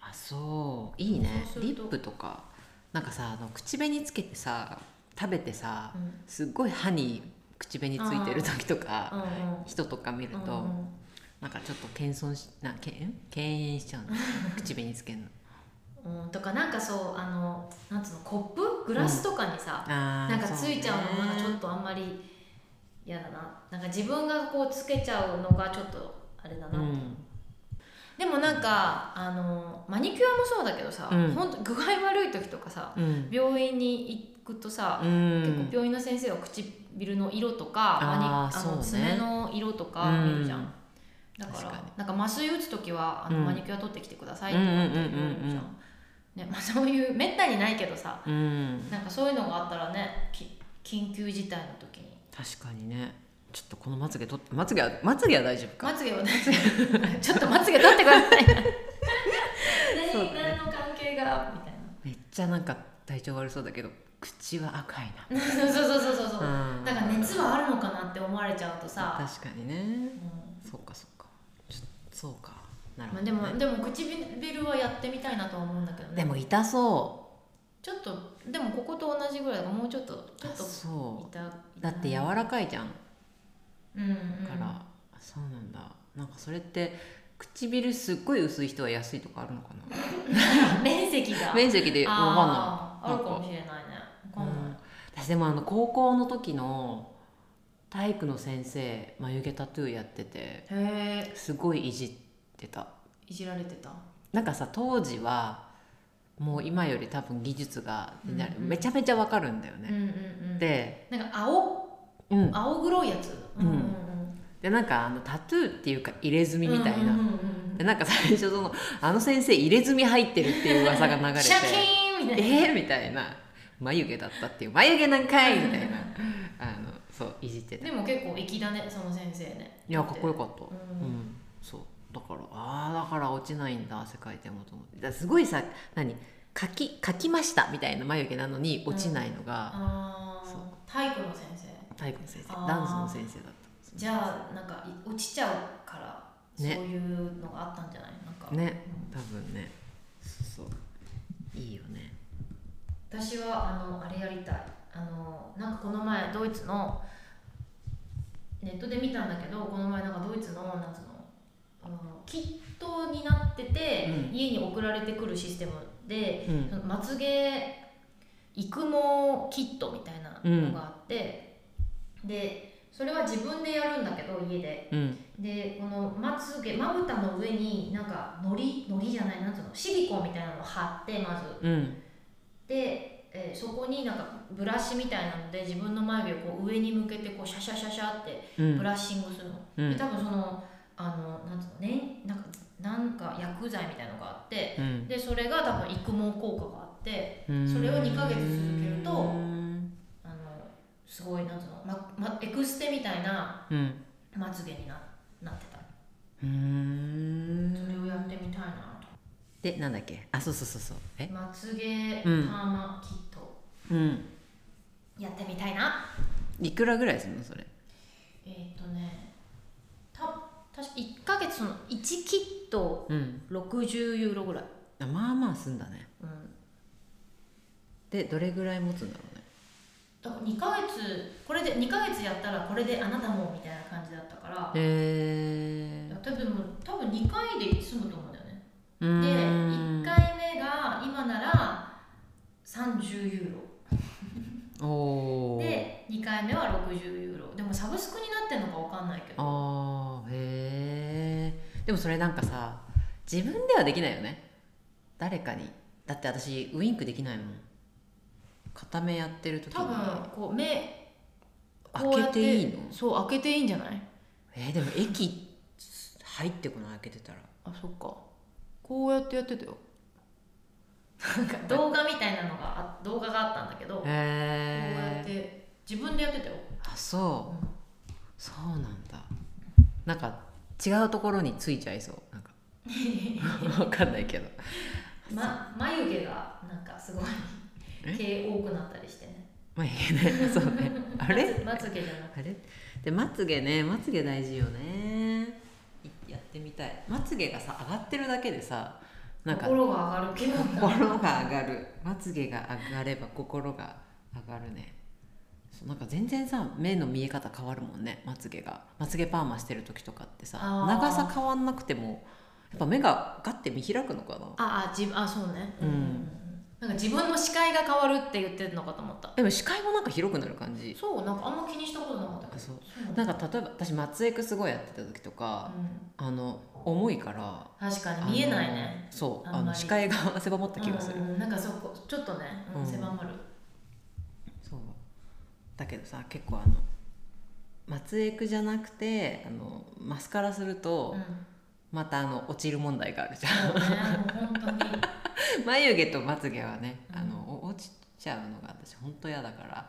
S1: あそういいね
S2: そうす
S1: リ
S2: ると
S1: ップとかなんかさあの口紅つけてさ食べてさ
S2: うん
S1: すっごい歯に口紅ついてる時とか
S2: うんうん
S1: 人とか見ると、
S2: うんうん
S1: なんかちょっと謙遜しなけん敬遠しちゃうの口紅つけ んの
S2: うん、とかなんかそうあのなんつうのコップグラスとかにさ、
S1: あー
S2: なんかついちゃうのもなんかち
S1: そ
S2: ょ
S1: ね
S2: っとあんまり嫌だななんか自分がこうつけちゃうのがちょっとあれだな、
S1: うん
S2: でもなんかあのマニキュアもそうだけどさ、
S1: うん
S2: ほんと具合悪い時とかさ
S1: うん
S2: 病院に行くとさ、
S1: うん
S2: 結構病院の先生は唇の色とか
S1: あー
S2: マニあの
S1: そうね
S2: 爪の色とか見るじゃん、
S1: うん
S2: だから
S1: 確かに
S2: なんか麻酔打つ時はあの、
S1: うん
S2: マニキュア取ってきてくださいとかって言われる
S1: うんうんうんうん
S2: じ
S1: う
S2: ゃ
S1: ん
S2: ん、ねまあ、そういうめったにないけどさ
S1: うん
S2: なんかそういうのがあったらねき緊急事態の時に
S1: 確かにねちょっとこのまつげとまつげはまつげは大丈夫か
S2: まつげをね ちょっとまつげ取ってください
S1: そう
S2: 何
S1: だね
S2: 何の関係がみたいな
S1: めっちゃなんか体調悪そうだけど口は赤い
S2: そうそうそうそうそう
S1: な、うん、
S2: だから熱はあるのかなって思われちゃうとさ、
S1: 確かにね
S2: うん
S1: そうかそうかちょそうかなるほ
S2: まあ、
S1: ど、ね
S2: でもでも唇はやってみたいなとは思うんだけどね
S1: でも痛そ
S2: ちょっとでもここと同じぐらいだからもうちょっと
S1: う
S2: ちょっと
S1: そ
S2: 痛
S1: うだって柔らかいじゃん
S2: うんうん
S1: から、あそうなんだなんかそれって唇すっごい薄い人は安いとかあるのかな
S2: 面積が
S1: 面積で分か
S2: あーあるかもしれないねわ
S1: んな
S2: か
S1: い、
S2: ん
S1: う
S2: ない
S1: ん、私でもあの高校の時の体育の先生眉毛タトゥーやってて
S2: へえ
S1: すごいいじってた
S2: いじられてた
S1: なんかさ当時はもう今より多分技術が、
S2: うんうん
S1: めちゃめちゃわかるんだよ
S2: うん
S1: ね、
S2: うんうん
S1: で、
S2: なんか青
S1: うん、
S2: 青黒いやつ
S1: うんでなんかあのタトゥーっていうか入れ墨みたいな、
S2: うんうんうん
S1: でなんか最初その「あの先生入れ墨入ってる」っていう噂が流
S2: う
S1: れ
S2: ん
S1: て
S2: シャキーンみたいな
S1: えー、みたいな眉毛だったっていう眉毛なんかいみたいなあのそういじってたい
S2: でも結構粋だねその先生ね
S1: やかっこよ
S2: く
S1: かったうん、
S2: うん
S1: そうだからああだから落ちないんだ汗かいてもと思ってだからすごいさ何かきかきましたみたいな眉毛なのに落ちないのが、
S2: あ
S1: そう
S2: あ体育の先生
S1: 体育の先生
S2: あー
S1: ダンスの先生だった
S2: じゃあなんかい落ちちゃうからそう
S1: ね
S2: いうのがあったんじゃないなんか
S1: ね多分ねそうそういいよね
S2: 私はあのあれやりたいあのなんかこの前ドイツのネットで見たんだけどこの前なんかドイツのなんつうのあのキットになってて、
S1: うん
S2: 家に送られてくるシステムで、
S1: うん
S2: そのまつげ育毛キットみたいなのがあって、でそれは自分でやるんだけど家で
S1: うん
S2: でこのまつげまぶたの上になんかのりのりじゃないなんつうのシリコンみたいなのを貼ってまず
S1: うん
S2: で、えーそこになんかブラシみたいなので自分の眉毛をこう上に向けてこうシャシャシャシャって
S1: う
S2: ブ
S1: ん
S2: ラッシングするの、
S1: う
S2: で
S1: ん
S2: 多分そのあのなんつうのねなんかなんか薬剤みたいのがあって
S1: うん
S2: でそれが多分育毛効果があって
S1: うん
S2: それを2ヶ月続けると
S1: うん
S2: あのすごいなんつうの、まま、エクステみたいな
S1: うん
S2: まつげにななってた
S1: うーん
S2: それをやってみたいなと
S1: でなんだっけあそうそうそうそうえ
S2: まつげパ
S1: う
S2: ー
S1: ん
S2: マキット
S1: うん
S2: やってみたいない
S1: くらぐらいするのそれ
S2: えーっ、とねた確か1ヶ月の1キット
S1: うん
S2: 60ユーロぐらい、
S1: あまあまあすんだね
S2: うん、
S1: でどれぐらい持つんだろうね
S2: だから2ヶ月これで2ヶ月やったらこれであなたもみたいな感じだったか
S1: へ
S2: ら
S1: え
S2: 多分多分2回で済むと思うんだよね
S1: う
S2: で
S1: ーん
S2: 1回目が今なら30ユー
S1: お
S2: ロ
S1: お
S2: で2回目は60ユーロでもサブスクになってるのかわかんないけど
S1: あーへえでもそれなんかさ自分ではできないよね誰かにだって私ウインクできないもん片目やってる時に
S2: 多分こう目こうや
S1: 開け
S2: って
S1: ていいの
S2: そう開けていいんじゃない
S1: えーでも駅入ってこない開けてたら
S2: あそっか
S3: こうやってやってたよ
S2: なんか動画みたいなのがあ動画があったんだけど、こうやっ
S1: へえ
S2: て自分でやってたよ
S1: あそうそうなんだなんか違うところについちゃいそうなん かわかんないけど
S2: ま眉毛がなんかすごい
S1: え
S2: 毛多くなったりしてね
S1: まあいけないそうね あれ
S2: まつまつ毛じゃなくて
S1: あれでまつげねまつげ大事よねいやってみたいまつげがさ上がってるだけでさなんか
S2: 心が上がる毛が
S1: 心が上がるまつげが上がれば心が上がるねそうなんか全然さ目の見え方変わるもんねまつげがまつげパーマしてる時とかってさ
S2: あー
S1: 長さ変わんなくてもやっぱ目がガッて見開くのかな
S2: ああ自分あそうね
S1: うん
S2: なんか自分の視界が変わるって言ってるのかと思った
S1: でも視界もなんか広くなる感じ
S2: そうなんかあんま気にしたことなかったけど
S1: そう
S2: そう
S1: なんか例えば私松エクすごいやってた時とか、
S2: うん
S1: あの重いから
S2: 確かに見えないね
S1: あのそう
S2: あんまり
S1: あの視界が狭まった気がする、
S2: うんなんかそこちょっとね、う
S1: う
S2: ん
S1: ん
S2: 狭まる
S1: そうだけどさ結構あの松江区じゃなくてあのマスカラすると、
S2: うん
S1: またあの落ちる問題があるじゃ
S2: そうねもう本当に
S1: ん 眉毛とまつげはね
S2: うん
S1: あのお落ちちゃうのが私本当嫌だから、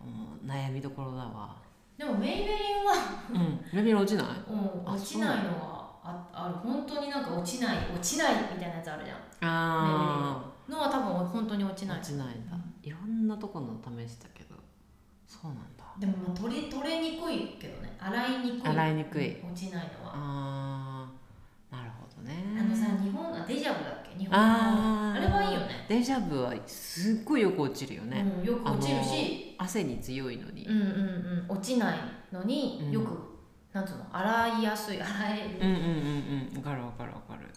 S1: もう悩みどころだわ
S2: でもメイベリンは、
S1: うん、メビル落ちない
S2: うん、
S1: あ
S2: 落ちないのはあある本当になんか落ちない落ちないみたいなやつあるじゃん
S1: あ
S2: のは多分本当に落ち
S1: あ
S2: ない
S1: 落ちないんだいろんなとこの試したけどそうなんだ
S2: でもまあ取れ取れにくいけどね洗いにくい
S1: 洗いにくい
S2: 落ちないのは
S1: ああなるほどね
S2: あのさ日本がデジャブだっけ日本の
S1: あー
S2: あれはいいよね
S1: デジャブはすっごいよく落ちるよね、
S2: うん、よく落ちるし、
S1: 汗に強いのに、
S2: うんうんうん、落ちないの
S1: う
S2: に
S1: ん
S2: よく、なんつうの洗いやすい洗え
S1: う
S2: る、
S1: んうんうんうんわかるわかるわかる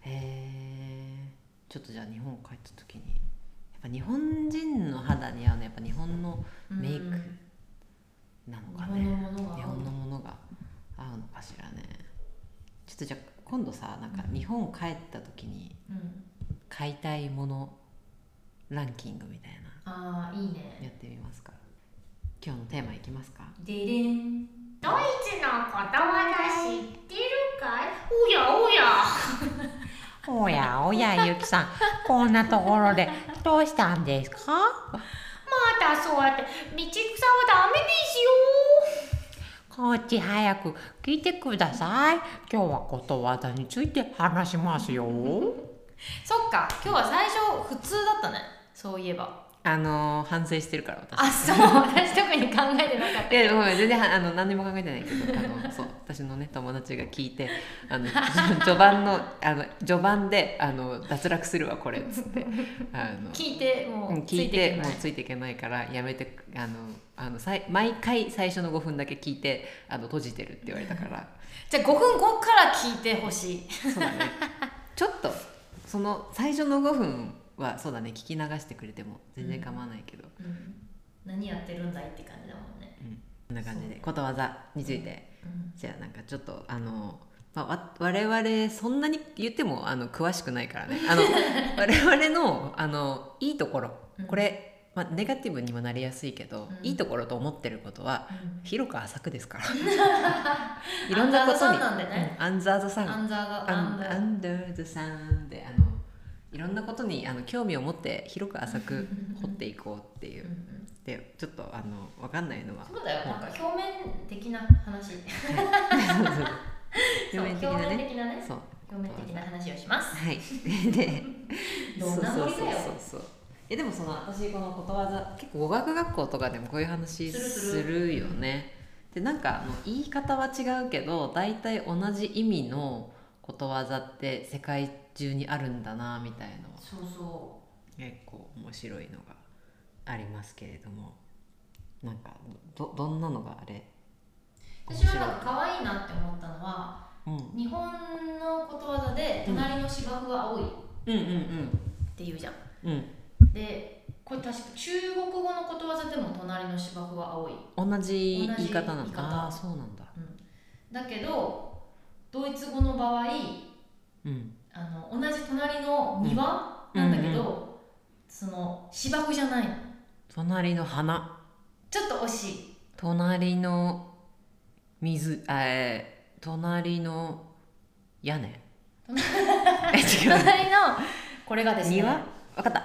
S1: へえちょっとじゃあ日本帰った時にやっぱ日本人の肌に合うのはやっぱ日本の
S2: うん
S1: メイクなの
S2: 日
S1: か
S2: 本の
S1: ね、
S2: ものが
S1: 日本のものが合うのかしらねちょっとじゃあ今度さなんか日本帰った時に
S2: うん、
S1: 買いたいものランキングみたいな
S2: ああいい
S1: の
S2: ね
S1: やってみますか今日のテーマいきますか
S2: ででん
S4: ドイツのことわざ知ってるかいおやおや
S5: おやおやゆきさんこんなところでどうしたんですか
S4: またそうやって道草はダメですよ
S5: こっち早く聞いてください今日はことわざについて話しますよ
S2: そっか今日は最初普通だったねそういえば
S1: あのー反省してるから私
S2: あそう 私特に考えてなかった
S1: いやごめん全然あの何にも考えてないけどあのそう私のね友達が聞いてあの序盤のあの序盤であの脱落するわこれっつってあの
S2: 聞いてもう
S1: うん聞い
S2: つ
S1: て
S2: いていけな
S1: もうついていけないからやめてあのあのさい毎回最初の5分だけ聞いてあの閉じてるって言われたから
S2: じゃあ5分後から聞いてほしい
S1: そう だねちょっとその最初の5分はそうだね聞き流してくれても全然構わないけど、
S2: 何やってるんだいって感じだもんね、
S1: こんな感じでことわざについて。
S2: うん
S1: じゃあなんかちょっとあの、まあ、わ我々そんなに言ってもあの詳しくないからねあ の我々のあのいいところ
S2: うん
S1: これ、まあ、ネガティブにもなりやすいけど、
S2: うん
S1: いいところと思ってることは
S2: うん
S1: 広く浅くですから いろんなことに
S2: アンダーザサンなんでね
S1: うんアンザーザさん
S2: アンザーがアンダ
S1: ア
S2: ー
S1: ンダーザさんであのいろんなことにあの興味を持って広く浅く掘っていこうっていううんでちょっとあの分かんない のは
S2: そうだよなんか表面的な話
S1: 表面的な
S2: そう表面
S1: ね
S2: 的なね
S1: そう
S2: 表面的な話をします
S1: はい。 で、
S2: どんなノリだよ
S1: そうそうそうそう。えでもその私このことわざ結構語学学校とかでもこういう話
S2: するす
S1: す
S2: る
S1: るよね。でなんかあの言い方は違うけど大体同じ意味のことわざって世界中にあるんだなみたいのは
S2: そうそ
S1: 結構面白いのがありますけれどもなんかどどんなのがあれ
S2: う私はなんか可愛いなって思ったのは
S1: 面
S2: 日本のことわざで隣の芝生は青いっ
S1: 白いうんうんうん
S2: て言うじゃん
S1: うん
S2: でこれ確か中国語のことわざでも隣の芝生は青い
S1: うん同じ言い方な
S2: 同
S1: ん
S2: じ言い
S1: だ
S2: 方
S1: ああーそうなんだ
S2: だけどドイツ語の場合
S1: うん
S2: あの同じ隣の庭なんだけど、
S1: う
S2: その芝生じゃないの
S1: 隣の花
S2: ちょっと惜し い
S1: 隣の水あえー隣の屋根え違う
S2: 隣のこれがですね
S1: 庭わかった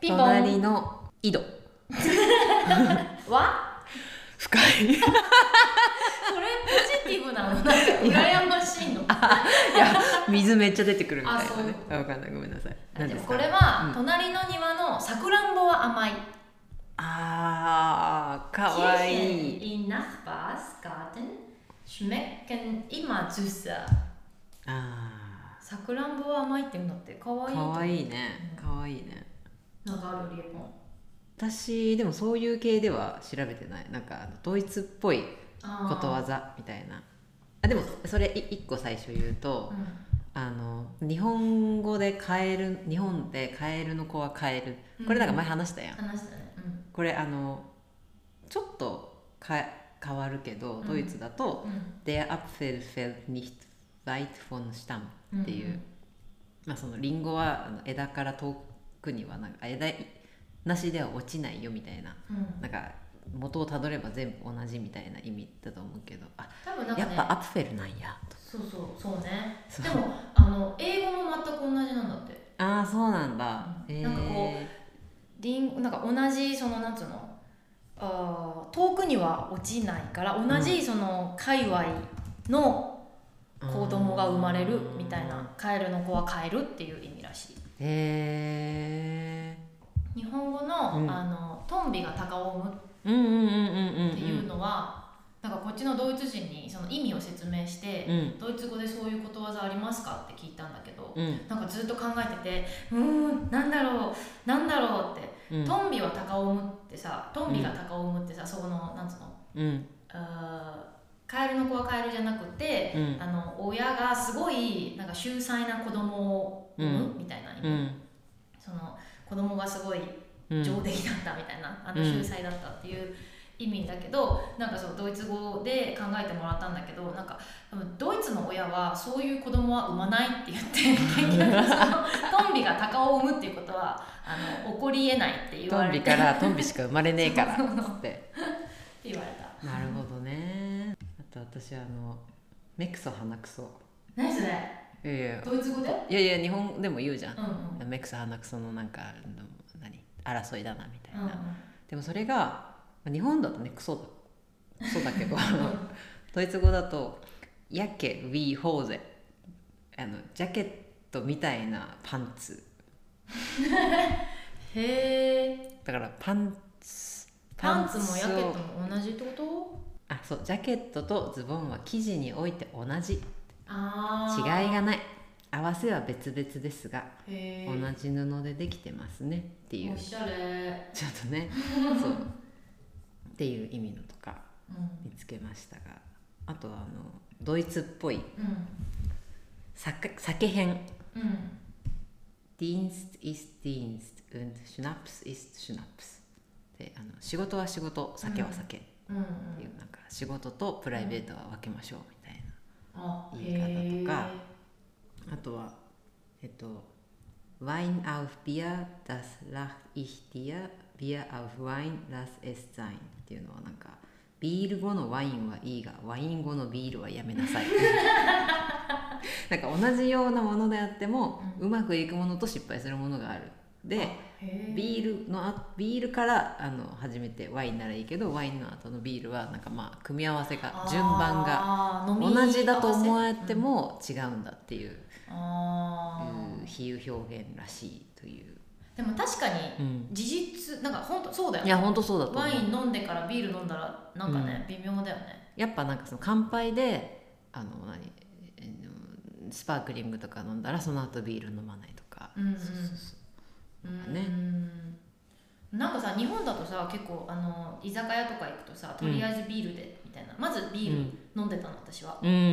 S2: ピンポ
S1: 隣
S2: ン
S1: の井戸
S2: は
S1: 深いい
S2: それポジティブなのなんか羨ましいの
S1: や水めっちゃ出てくるみたい
S2: あそ
S1: な
S2: う
S1: ねあわかんないごめんなさい
S2: で
S1: 何で
S2: も
S1: す
S2: こ
S1: か
S2: れは、隣の庭のさくらんぼは甘い
S1: あーかわいい
S2: Kirchen in Nachbarsgarten schmecken immer süßer
S1: あ
S2: さくらんぼは甘いって言うんだってかわ
S1: ー
S2: いい
S1: かわ
S2: い
S1: いいねかわいいね
S2: なんかあるリエポン
S1: 私でもそういう系では調べてないなんかあのドイツっぽい
S2: あー
S1: ことわざみたいなあでもそれい一個最初言うと、
S2: う
S1: あの日本語でカエル日本でカエルの子はカエルこれだから前話したやん、
S2: ん話したねうん
S1: これあのちょっとか変わるけどドイツだと「Der Apfel fällt nicht weit von Stamm
S2: うん」
S1: っていう、まあ、そのリンゴはあの枝から遠くにはなんか枝なしでは落ちないよみたいな
S2: うんうん
S1: なんか元をたどれば全部同じみたいな意味だと思うけどあ
S2: 多分なんか
S1: や
S2: ね
S1: っぱアプフェルなんやと
S2: そうそうそうね
S1: そう
S2: でもあの英語も全く同じなんだって
S1: ああそうなんだ、
S2: うん
S1: えー
S2: なんかこリンなんか同じそのなんつうのあー遠くには落ちないから同じその界隈の子供が生まれるみたいなカエルの子はカエルっていう意味らしい
S1: へえ
S2: 日本語の,、
S1: うん
S2: あのトンビが鷹を産む
S1: うんうんうんうんうん
S2: っていうのは、なんかこっちのドイツ人にその意味を説明して、
S1: うん
S2: ドイツ語でそういうことわざありますかって聞いたんだけど、
S1: うん
S2: なんかずっと考えててうーんなんだろうなんだろうって、
S1: うん
S2: トンビは鷹を産むってさトンビが鷹を産むってさ、そこのなんつうの
S1: うん
S2: あーカエルの子はカエルじゃなくて、
S1: うん
S2: あの親がすごいなんか秀才な子供を産むみたいな意味、
S1: うん
S2: その子供がすごい
S1: うん
S2: 上出来だったみたいな、あ
S1: う
S2: の
S1: ん
S2: 秀才だったっていう意味だけど、なんかそうドイツ語で考えてもらったんだけどなんか多分ドイツの親はそういう子供は産まないって言って結局そのトンビが鷹を産むっていうことはあの起こりえないって言
S1: ト
S2: わ
S1: ン
S2: れ
S1: ビ
S2: て
S1: からトンビしか生まれねえからっつって
S2: 言われた
S1: なるほどねあと私あの目くそ鼻くそ
S2: 何それ
S1: いやいや
S2: ドイツ語でうん
S1: いやいや日本でも言うじゃん
S2: うんうん
S1: 目くそ鼻くそのなんかあの何争いだなみたいな、
S2: う
S1: でもそれがまあ日本だとねクソだクソだけどドイツ語だと「やけウィーホーゼ」あのジャケットみたいなパンツ
S2: ん、へえ
S1: だからパンツ
S2: パンツも
S1: を
S2: ヤケットも同じってこと
S1: あそうジャケットとズボンは生地において同じ違い
S2: あー
S1: がない合わせは別々ですが
S2: へ
S1: 同じ布でできてますねってい
S2: え
S1: う
S2: おしゃれ、
S1: ちょっとねそうっていう意味のとか
S2: うん
S1: 見つけましたがあとはあのドイツっぽい酒酒編
S2: うんうん、
S1: Dienst ist Dienst und Schnaps ist Schnaps であの仕事は仕事酒は酒っ
S2: うんうん
S1: ていう、なんか仕事とプライベートは分けましょうみたいな、
S2: あ
S1: 言い方とか
S2: へ
S1: あとはえっと Wein auf Bier das lach ich dir Bier auf Wein lass es sein っていうのはなんかビール後のワインはいいがワイン後のビールはやめなさ いなんか同じようなものであっても、うまくいくものと失敗するものがあるで
S2: えへえ
S1: ビールのあビールからあの初めてワインならいいけどワインの後のビールはなんかまあ組み合わせが順番が
S2: が
S1: 同じだと思われて、も違うんだっていう
S2: うんあ
S1: いう比喩表現らしいという、
S2: ーでも確かに
S1: うん、
S2: 事実なんか本当そうだよ
S1: い
S2: ね
S1: や本当そうだと思う
S2: ワイン飲んでからビール飲んだらなんかね、微妙だよね
S1: やっぱなんかその乾杯であの何えースパークリングとか飲んだらその後ビール飲まないとか、
S2: うんうん
S1: そうそうそう
S2: うん
S1: ね
S2: なんかさ日本だとさ結構あの居酒屋とか行くとさとりあえずビールで、みたいなまずビール飲んでたの私は、
S1: うんうんうんう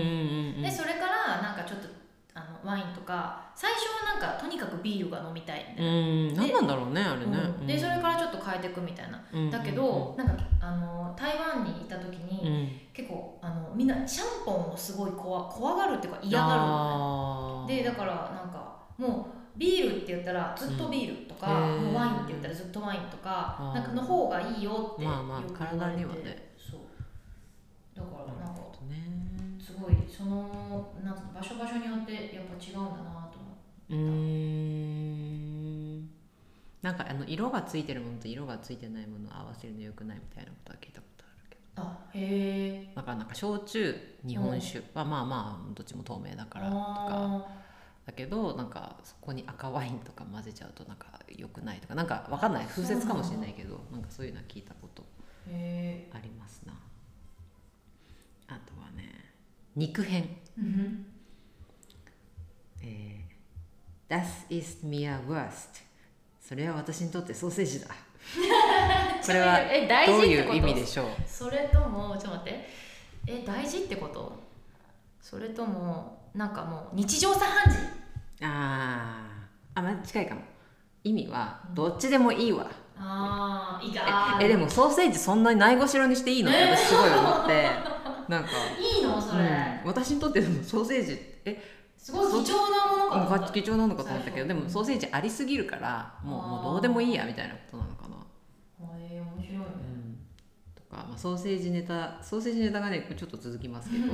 S1: ん
S2: でそれからなんかちょっとあのワインとか最初はなんかとにかくビールが飲みたいみた
S1: う
S2: いな、
S1: ん何なんだろうねあれね、
S2: うんでそれからちょっと変えていくみたいな、
S1: ら
S2: だけど、なんかあの台湾にいた時
S1: うん
S2: に、
S1: うん
S2: 結構あのみんなシャンポンをすごい怖怖がるっていうか嫌がるのね
S1: あー
S2: でだからなんかもうビールって言ったらずっとビールとか、
S1: うん
S2: もうワインって言ったらずっとワインとか
S1: あー
S2: なんかの方がいいよってよく言われ
S1: まあ
S2: て、
S1: まあ体にはね
S2: そうだからなんか
S1: ね
S2: すごいそのなんか場所場所によってやっぱ違うんだなと思
S1: うーんなんかあの色がついてるものと色がついてないものを合わせるのよくないみたいなことは聞いたことあるけど
S2: うあへえ
S1: だからなんか焼酎日本酒はまあまあどっちも透明だからとか
S2: あ
S1: だけどなんかそこに赤ワインとか混ぜちゃうとなんか良くないとかなんかわかんない風説かもしれないけどなんかそういうのは聞いたこと
S2: ーへ
S1: ありますなあとはね肉片
S2: えうん
S1: えー Das ist mir Wurst それは私にとってソーセー ジだこれは
S2: え大
S1: どう
S2: 事って
S1: い
S2: こ
S1: う
S2: と
S1: 意味でしょう
S2: それともちょっと待ってえ大事ってことそれともなんかもう日常茶飯事
S1: あーあまあ近いかも意味はどっちでもいいわ、
S2: ああいいか
S1: ええでもソーセージそんなにないがしろにしていいのって私すごい思ってなんか、
S2: いいのそれ、
S1: うん私にとってでもソーセージえ
S2: すごい貴重なものかと思った
S1: 貴重なのかと思ったけどで
S2: そう
S1: もソーセージありすぎるからもう
S2: あー
S1: もうどうでもいいやみたいなことなのかな
S2: えー、面白いね
S1: とか、まあ、ソーセージネタソーセージネタがねちょっと続きますけど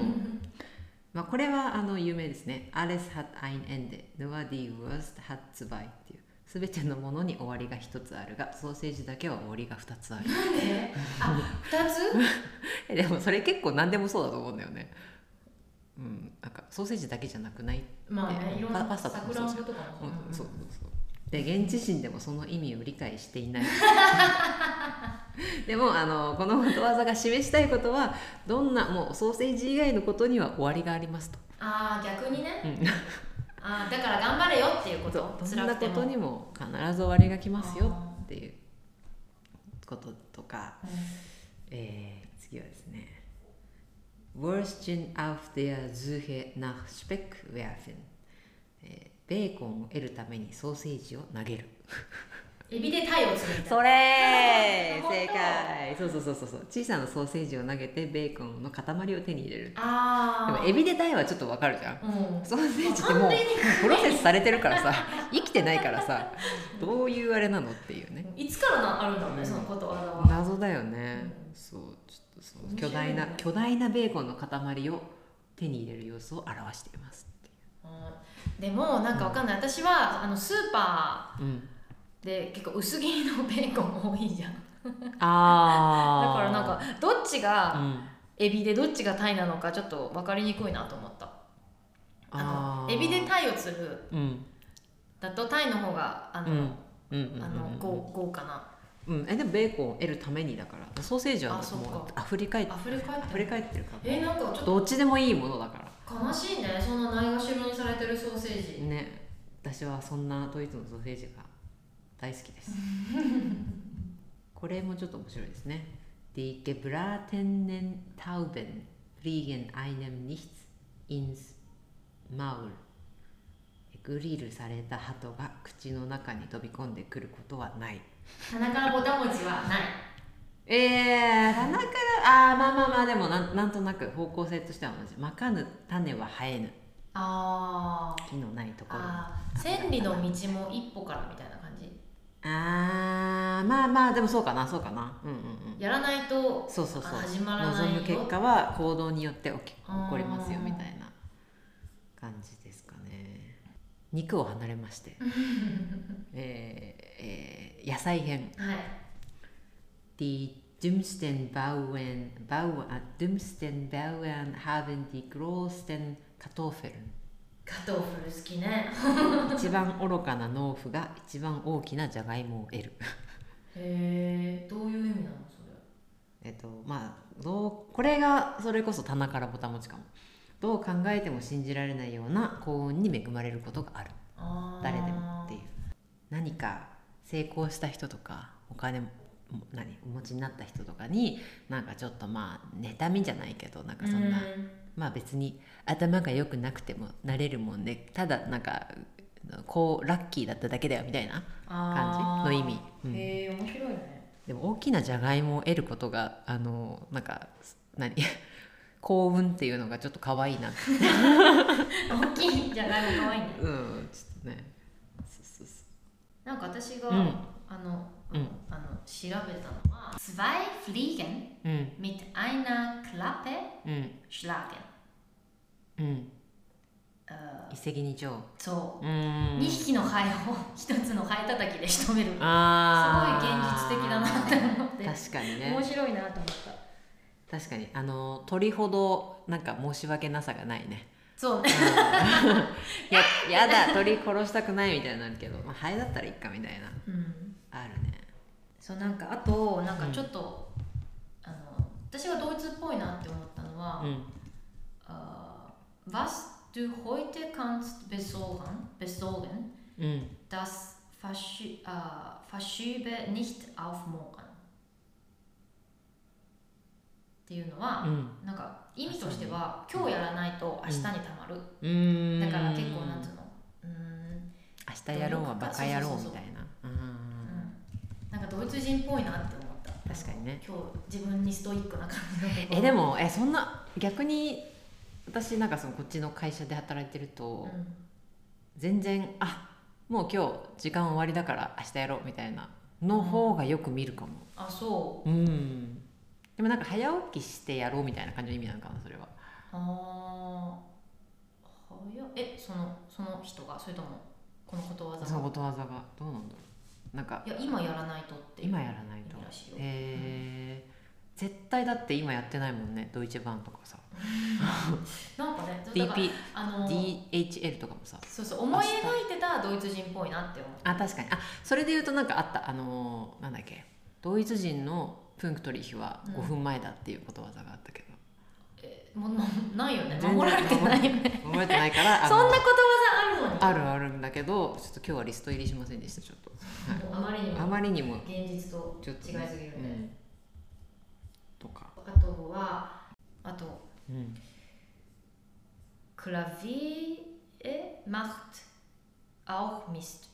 S1: まあこれはあの有名ですね「Alles hat ein Ende nur die Wurst hat zwei」っていう「すべてのものに終わりが一つあるがソーセージだけは終わりが二つある
S2: なんであ二つ
S1: えでもそれ結構何でもそうだと思うんだよねうんなんかソーセージだけじゃなくない
S2: まあね
S1: え
S2: いろんな
S1: パパスタとかも
S2: 桜
S1: そう
S2: ん
S1: じゃん
S2: ぼとか
S1: う
S2: も
S1: んそうそうそうで現地人でもその意味を理解していない でもあのこのことわざが示したいことはどんなもうソーセージ以外のことには終わりがありますと、
S2: ああ逆にね
S1: うん、
S2: あーだから頑張れよっていうこ
S1: そ
S2: と
S1: うどん
S2: 辛
S1: な
S2: くて
S1: こ
S2: も
S1: とにも必ず終わりが来ますよ
S2: あ
S1: っていうこととか、えー次はですね「Wursten auf der Suche nach Speck werfen」えーベーコンを得るためにソーセージを投げる
S2: エビで鯛を釣るみたいな
S1: それ
S2: 本当
S1: 正解そうそうそうそうそう小さなソーセージを投げてベーコンの塊を手に入れるで
S2: あ
S1: も
S2: あ
S1: エビで鯛はちょっとわかるじゃん
S2: うん
S1: ソーセージってもう
S2: 完全に
S1: プロセスされてるからさ生きてないからさどういうあれなのっていうね
S2: いつからなあるんだろうね、そのことわざは。
S1: 謎だよね、そうちょっとその巨大な
S2: 面白いね
S1: 巨大なベーコンの塊を手に入れる様子を表していますってい
S2: うんでもなんかわかんない私はあのスーパ
S1: う、うん、
S2: ーで結構薄切りのベーコン多いじゃん だ
S1: あ
S2: からなんかどっち
S1: う
S2: が
S1: ん、
S2: エビでどっちがタイなのかちょっと分かりにくいなと思ったあの
S1: ー
S2: エビでタイを釣る
S1: うん
S2: だとタイの方があの、
S1: うんうんうんうんうん
S2: あの豪豪華な
S1: うん、えでもベーコンを得るためにだからソーセージは
S2: あそっか
S1: もうアフリカへ
S2: アフリカ
S1: ア
S2: っ
S1: フ
S2: て
S1: リカへってるから
S2: えなんかちょっと
S1: どっちでもいいものだか
S2: 悲しいねそんなないがしろにされてるソーセー
S1: ら
S2: ジ
S1: ね私はそんなドイツのソーセージが大好きですこれもちょっと面白いですね Die gebratenen Tauben fliegen einem nicht ins Maul グリルされた鳩が口の中に飛び込んでくることはない
S2: 鼻からぼたもちはない
S1: えー、棚からあーまあまあまあでもなんなんとなく方向性としては同じ「まかぬ種は生えぬ
S2: あー
S1: 木のないところ」あ
S2: あー千里の道も一歩からみたいな感じ
S1: あーまあまあでもそうかなそうかなうんうんうん
S2: やらないと
S1: そうそうそう
S2: あ始まらないよ
S1: 望む結果は行動によって起き起こりますよ
S2: うん
S1: みたいな感じですかね肉を離れましてえーえー野菜編
S2: はい
S5: Die dümmsten Bauern, Bauern, dümmsten Bauern haben die größten Kartoffeln.
S2: 加藤古好きね
S1: 一番愚かな農夫が一番大きなじゃがいもを得る
S2: へえどういう意味なのそれ
S1: えっとまあどうこれがそれこそ棚からぼたもちかもどう考えても信じられないような幸運に恵まれることがある
S2: あー
S1: 誰でもっていう何か成功した人とかお金も何お持ちになった人とかになんかちょっとまあ妬みじゃないけどなんかそんな、
S2: うん
S1: まあ別に頭が良くなくてもなれるもんでただなんかこうラッキーだっただけだよみたいな
S2: あー
S1: 感じの意味うん
S2: へえ面白いね
S1: でも大きなじゃがいもを得ることがあのなんか何 幸運っていうのがちょっと可愛いなって、
S2: 大きいじゃがいも可愛いね
S1: うん、ちょっとねそうそうそ
S2: なんか私が、
S1: うん
S2: あの、
S1: うん
S2: あの調べたのは zwei fliegen
S1: ううん
S2: mit einer Klappe
S1: うん
S2: schlagen
S1: うん
S2: あ
S1: 一石二鳥
S2: そうう、
S1: ん
S2: 二匹のハエを 一つのハエ叩きで仕留めるすごい現
S1: あー
S2: 実的だなって思って
S1: 確かに
S2: 面
S1: ね
S2: 白いなと思った
S1: 確かにあの鳥ほどなんか申し訳なさがない ね
S2: そうね
S1: ややだ鳥殺したくないみたいになるけど、まあ、ハエだったらいっかみたいな
S2: うん
S1: あるね
S2: そうなんかあとなんかちょっと、あの私がドイツっぽいなって思ったのは、
S1: うん
S2: あー Was du heute kannst besorgen, besorgen
S1: うん
S2: das verschi- äh, verschiebe nicht auf morgen っていうのは、
S1: うん
S2: なんか意味としては今日やらないと明日にたまる、
S1: うーん
S2: だから結構なんつうのうーん、
S1: 明日やろうはバカ野郎みたいなう
S2: うんん、なんかドイツ人っぽいなって思った
S1: 確かにね
S2: 今日自分にストイックな感じのところ
S1: えで、もえそんな逆に私なんかそのこっちの会社で働いてると、
S2: うん
S1: 全然あもう今日時間終わりだから明日やろうみたいなの方がよく見るかも
S2: あそう
S1: うん、でもなんか早起きしてやろうみたいな感じの意味なのかなそれは
S2: ああ早っえそのその人がそれともこのことわざ
S1: そう
S2: が
S1: ことわざがどうなんだろうなんか
S2: いや今やらないとって
S1: 今やらないと
S2: いいらしいよ
S1: えー、絶対だって今やってないもんねドイツ版とかさ
S2: なんかねだから
S1: DP
S2: あの
S1: DHL とかもさ
S2: そうそう思い描いてたドイツ人っぽいなって思う
S1: あ確かにあそれで言うとなんかあったあのーなんだっけドイツ人のプンクトリヒは
S2: うん
S1: 5分前だっていうことわざがあったけど、
S2: えもうもうないよね
S1: 全然
S2: 守られてないよね
S1: 覚えてないからあ
S2: そん
S1: の
S2: なことわざあるのに
S1: あるあるんだけどちょっと今日はリスト入りしませんでしたちょっと
S2: あまりに
S1: あ
S2: も
S1: まりにも
S2: 現実と
S1: ちょっとね、
S2: 違いすぎるね
S1: うんとか、
S2: あとはあと
S1: うん、
S2: クラビエマットアオミスト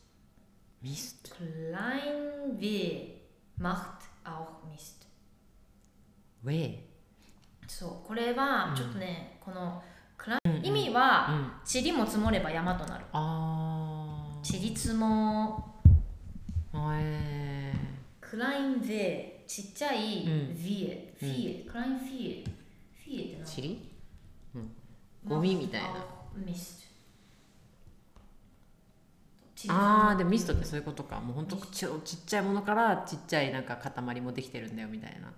S1: ミスト
S2: Klein weh macht auch Mist。
S1: ウェイ、
S2: そう、これはちょっとね、この
S1: うんうん
S2: 意味
S1: う
S2: は、
S1: ん、
S2: 塵も積もれば山となる。
S1: あー
S2: 塵積も、
S1: え
S2: Klein weh、ちっちゃい、
S1: うん
S2: weh、weh、Klein weh、weh ってな
S1: ー、チリゴミみたいな。
S2: Mist。
S1: ああ
S2: で
S1: でもミストってそういうことかもうほんとちょちっちゃいものからちっちゃいなんか塊もできてるんだよみたいな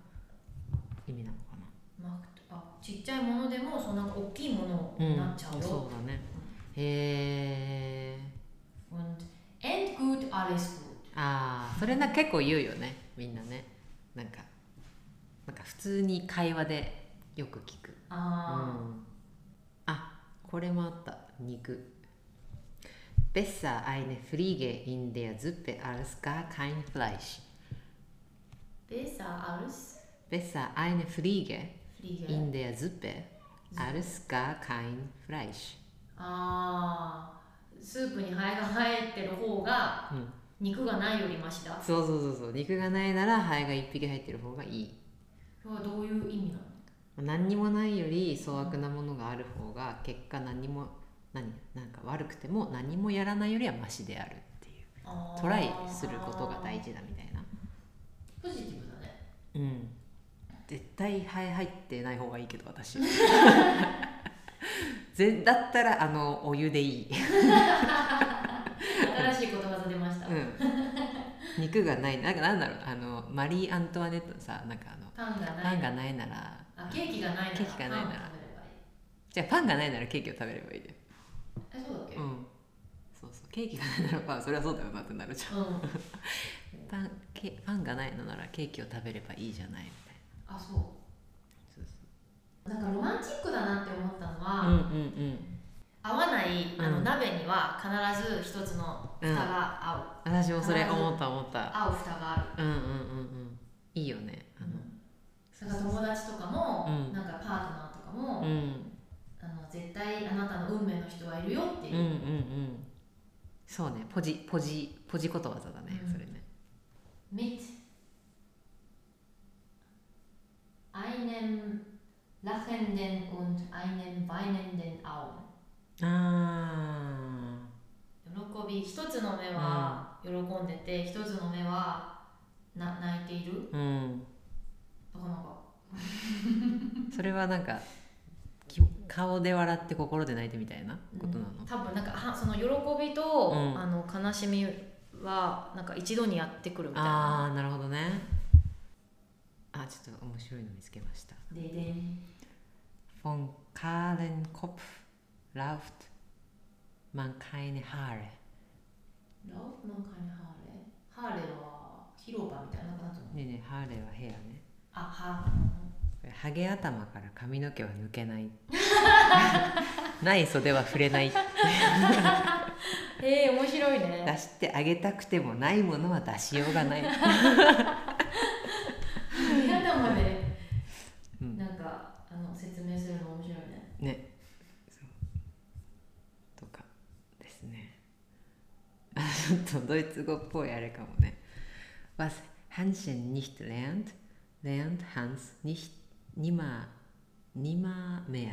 S1: 意味なのかな
S2: macht あちっちゃいものでも、そんな大きいものになっちゃうよ。
S1: そうだねへえ
S2: Und endgut alles gut。
S1: ああそれな結構言うよねみんなねなんかなんか普通に会話でよく聞く
S2: あ
S1: うんあこれもあった肉 Besser eine Fliege in der Suppe als gar kein Fleisch
S2: ー、besser als
S1: Besser eine Fliege
S2: Fliege.
S1: in der Suppe als gar kein Fleisch
S2: あースープにハエが生えてる方が
S1: うん
S2: 肉がないよりマシだ。
S1: そうそうそうそう肉がないならハエが1匹入ってる方がいい
S2: それはどういう意味なの
S1: 何にもないより粗悪なものがある方が結果何にも何なんか悪くても何もやらないよりはマシであるっていう
S2: あー
S1: トライすることが大事だみたいな
S2: ポジティブだね。
S1: うん絶対ハエ入ってない方がいいけど 私ぜだったらあのお湯でいい、
S2: 新しい言葉が出ました。
S1: うん、肉がないなんかなんだろうあのマリー・アントワネットのさなんかあの
S2: パンがない。
S1: パンがないなら
S2: あケーキがないなら。
S1: ケーキがないなら
S2: パンを食べればいい
S1: じゃあパンがないならケーキを食べればいいで
S2: えそうだっけ？
S1: うんそうそうケーキがないならパンそれはそうだよなってなるじゃん
S2: うん。
S1: パンケパンがないのならケーキを食べればいいじゃないみたい
S2: あそ。
S1: なそうそう
S2: なんかロマンチックだなって思ったのは、
S1: ううんうん
S2: 合わないあの、
S1: うん
S2: 鍋には必ず一つの蓋が合う。
S1: 私もそれ思った思った
S2: 合う蓋がある。
S1: うんうんうんうんいいよね
S2: それから友達とかも、
S1: うん
S2: なんかパートナーとか
S1: あ
S2: も、
S1: のうん
S2: あの絶対あなたの運命の人はいるよって
S1: う
S2: い
S1: んうんう
S2: う、
S1: んそうねポジポジポジことわざだね
S2: うん
S1: それね
S2: ミッ mit einem lachenden und einem weinenden Augen
S1: あ
S2: 喜び一つの目は喜んでて、一つの目はな泣いている
S1: あうん
S2: なかなか
S1: それはなんかき顔で笑って心で泣いてみたいなことなの
S2: うん多分なんかはその喜びと、
S1: うん
S2: あの悲しみはなんか一度にやってくるみたいな
S1: ああーなるほどねあちょっと面白いの見つけました
S2: ででん
S1: Von kahlen Kopf läuft man keine Haare
S2: ラウなんかにハーレーハーレーは広場みたいななんかなんつうの
S1: ねえねえハーレーはヘアね
S2: あハ
S1: これハゲ頭から髪の毛は抜けない ない袖は触れない
S2: ーレーへえ面白いね
S1: 出してあげたくてもないものは出しようがない、
S2: 嫌だもんね
S1: うん
S2: なんかあの説明するの面白いね
S1: ねそうとかですねあちょっとドイツ語っぽいあれかもね Was Hanschen nicht lernt, lernt Hans nicht nimmer, nimmer mehr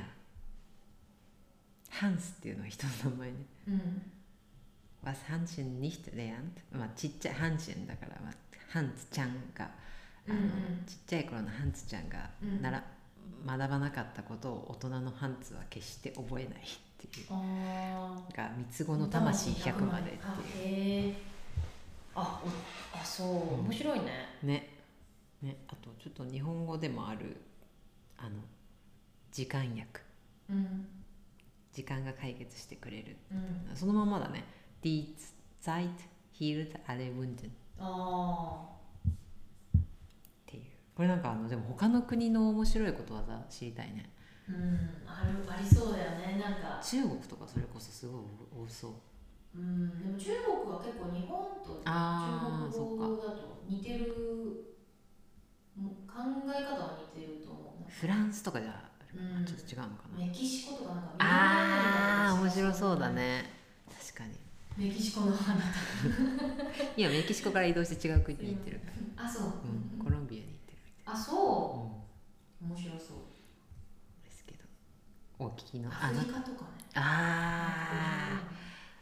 S1: ハンスっていうのは人の名前ね
S2: うん、
S1: Was Hanschen nicht lernt まあちっちゃいハンシェンだから、まあ、ハンツちゃんがあの、
S2: うんうん
S1: ちっちゃい頃のハンツちゃんが
S2: うん
S1: なら、学ばなかったことを大人のハンツは決して覚えないっていう
S2: あ
S1: が三つ子の魂100まで
S2: あへえあおあそう面白いね
S1: ねねあとちょっと日本語でもあるあの時間薬
S2: うん
S1: 時間が解決してくれる
S2: うん
S1: そのまんまだね Die Zeit healt alle Wunden っ
S2: あ
S1: ていうこれなんかあのでも他の国の面白いことわざ知りたいね
S2: あうんあるありそうだよねなんか
S1: 中国とかそれこそすごい多そう
S2: うんでも中国は結構日本と
S1: ああ
S2: 中
S1: そ
S2: 国
S1: っか
S2: 語だと似てるもう考え方は似てると思
S1: フランスとかじゃ
S2: うん
S1: ちょっと違うのか
S2: う
S1: な、
S2: メキシコとかなんか
S1: ああ面白そうだね確かに
S2: メキシコの花
S1: いやメキシコから移動して違う国に行ってる、
S2: あそう、
S1: うんコロンビアに行ってるみたい
S2: あそ
S1: な、
S2: う面白そう
S1: うん、ですけどお聞きの
S2: ア
S1: あ
S2: フ
S1: な
S2: リ
S1: た
S2: カとかね
S1: あ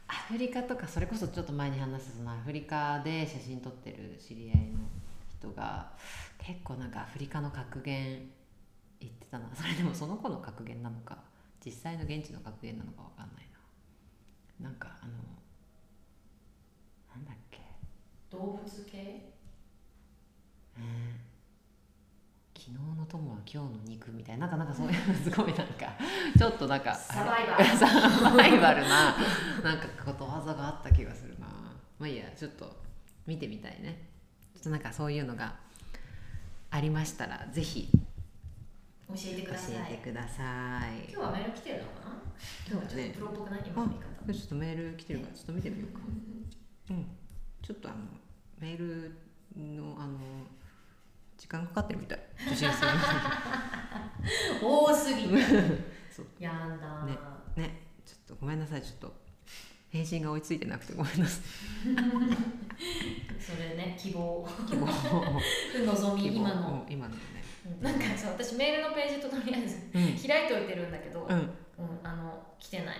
S1: ーアフリカとかそれこそちょっと前に話したそのアフリカで写真撮ってる知り合いの人が結構なんかアフリカの格言言ってたなそれでもその子の格言なのか実際の現地の格言なのかわかんないななんかあのなんだっけ
S2: 動物系
S1: 昨日の友は今日の肉みたいななんかなんかそういうの すごいなんかちょっとなんか
S2: サバイバ
S1: あれ
S2: ー
S1: サバイバルななんかことわざがあった気がするなまあいいやちょっと見てみたいねちょっとなんかそういうのがありましたらぜひ
S2: 教えてく
S1: 教
S2: ださい
S1: えてください
S2: 今日はメール来てるのかな今日はちょっとプロっぽくない今の見方
S1: ちょっとメール来てるからちょっと見てみようかうんちょっとあのメールのあの時間かかってるみ たい受信する
S2: 多すぎて
S1: そう
S2: やんだ、
S1: ねねちょっとごめんなさいちょっと返信が追いついてなくてごめんな さい
S2: それね希望
S1: 希望
S2: 望み
S1: 希望
S2: 今の
S1: うん今のね
S2: なんかさ私メールのページととりあえず
S1: う
S2: 開いておいてるんだけど、
S1: ん
S2: うんあの来てない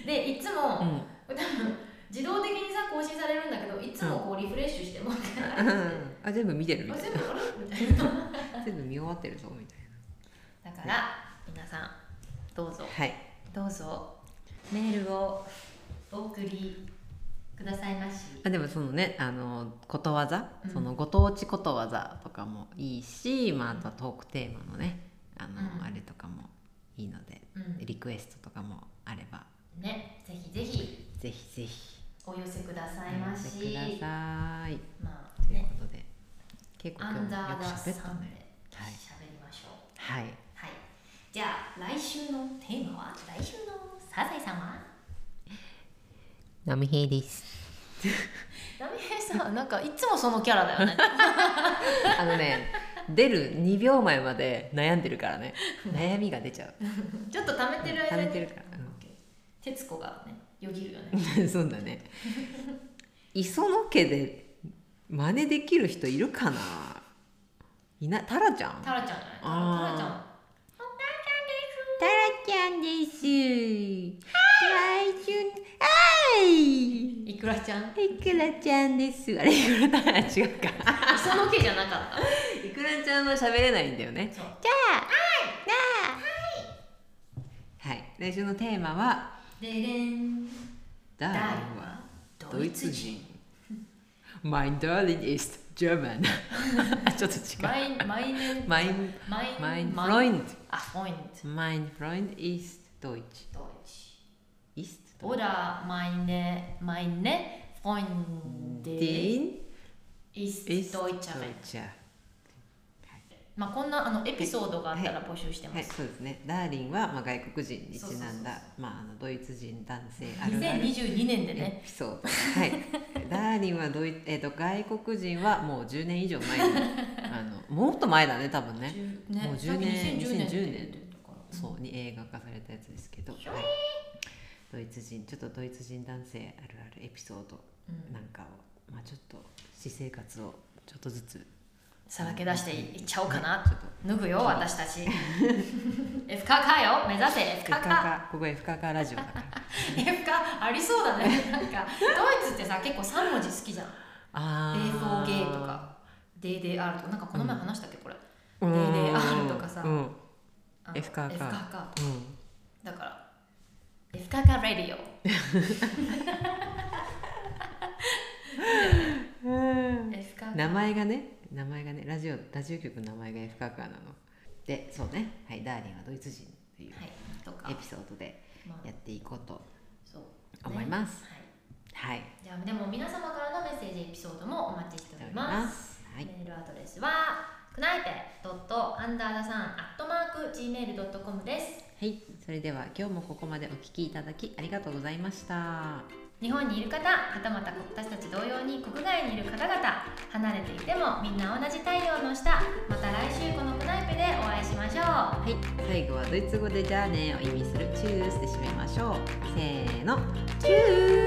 S1: うん
S2: でいつも、
S1: うん
S2: 多分自動的にさ更新されるんだけどいつもこうリフレッシュしてもらって、あ
S1: あ全部見てるみたい
S2: 全部あれみたいな
S1: な全部見終わってるぞみたい
S2: だから皆さんどうぞ
S1: なはい
S2: どうぞメールをお送りくださいまし
S1: あでもそのねあのことわざ、
S2: うん
S1: そのご当地ことわざとかもいいし、まあ、あとはトークテーマのねあの、
S2: うん
S1: あれとかもいいので
S2: うん
S1: リクエストとかもあれば
S2: ねぜひぜひ
S1: ぜひぜひ
S2: お寄せくださ
S1: お
S2: いま
S1: 寄せくだ
S2: し
S1: さい
S2: まあ
S1: という
S2: ね
S1: ことで結構
S2: ア
S1: 今
S2: ン
S1: 日
S2: ダ
S1: もよ
S2: ー
S1: く
S2: ダー
S1: 喋っ
S2: さ
S1: た
S2: んで
S1: ねはい
S2: 喋りましょう
S1: はい
S2: はいじゃあ来週のテーマは来週のサザエさんは
S1: ナミヘイです
S2: ナミヘさんなんかいつもそのキャラだよね
S1: あのね出る2秒前まで悩んでるからね悩みが出ちゃう
S2: ちょっと溜めてる
S1: 溜
S2: 間
S1: め
S2: に
S1: てるから、うん
S2: 徹子がねよぎるよね
S1: そうだね磯野家で真似できる人いるかないなタラちゃん
S2: タラちゃんじゃないタラタラちゃん
S1: あタラちゃんですはい来週はい
S2: いくらちゃん
S1: いくらちゃんですあれいくらタラ違うか
S2: 磯野家じゃなかった
S1: いくらちゃんは喋れないんだよね
S2: そう
S1: じゃあはい来週のテーマは
S2: でれん
S1: 「ダーリンはドイツ人」「My darling is German 」 ちょっと違う
S2: 毎毎年
S1: Mein,
S2: 毎
S1: mein Freund.
S2: あフォイン
S1: Mein Freund ist Deutsch.
S2: ドイツ
S1: Ist
S2: オラマイネマイネフォインデ
S1: den
S2: イス
S1: ist
S2: ドイツ
S1: Deutscher.
S2: まあこんなあのエピソードがあったら募集して
S1: は
S2: ま
S1: い、
S2: す、
S1: そうですね。ダーリンはまあ外国人にちなんだ
S2: そうそうそう、
S1: まああのドイツ人男性あるある
S2: 2022年で
S1: エ
S2: ね
S1: ピソード。はい。ダーリンはドイえっ、と外国人はもう10年以上 前に、あのもっと前だね多分ね。
S2: ね
S1: もう10年
S2: 2010年って
S1: 2010
S2: 言っ
S1: 年
S2: てたから
S1: そうに映画化されたやつですけど、はい、ドイツ人ちょっとドイツ人男性あるあるエピソード
S2: うん
S1: なんかを、まあ、ちょっと私生活をちょっとずつ
S2: さらけ出していっちゃおうかな
S1: ちょっと
S2: 脱ぐよ私たち F カカよ目指せ F
S1: 深
S2: カカ
S1: 川ここ F カカラジオだから
S2: F カありそうだねなんかドイツってさ結構3文字好きじゃん
S1: あ
S2: デーフォーゲ
S1: ー
S2: ーとか DDR とかなんかこの前話したっけこれ、
S1: うん
S2: DDR とかさ
S1: うん、
S2: あの
S1: F カカ
S2: F カカ
S1: うん
S2: だからデフカカラディオデフカカ
S1: 名前がね名前がねラジオラジオ局の名前が F カーカーなのでそうねはいダーリンはドイツ人っていう
S2: はいとか
S1: エピソードで
S2: まあ
S1: やっていこうと
S2: そう
S1: 思います、
S2: はい
S1: はい
S2: じゃあでも皆様からのメッセージエピソードもお待ちしております
S1: すはい
S2: メールアドレスはくないぺ .underthasun.gmail.com です
S1: はい、それでは今日もここまでお聞きいただきありがとうございました。
S2: 日本にいる方はたまた私たち同様に国外にいる方々離れていてもみんな同じ太陽の下また来週このクナイペでお会いしましょう
S1: はい、最後はドイツ語でじゃあねを意味するチュースで締めましょう。せーの、チュース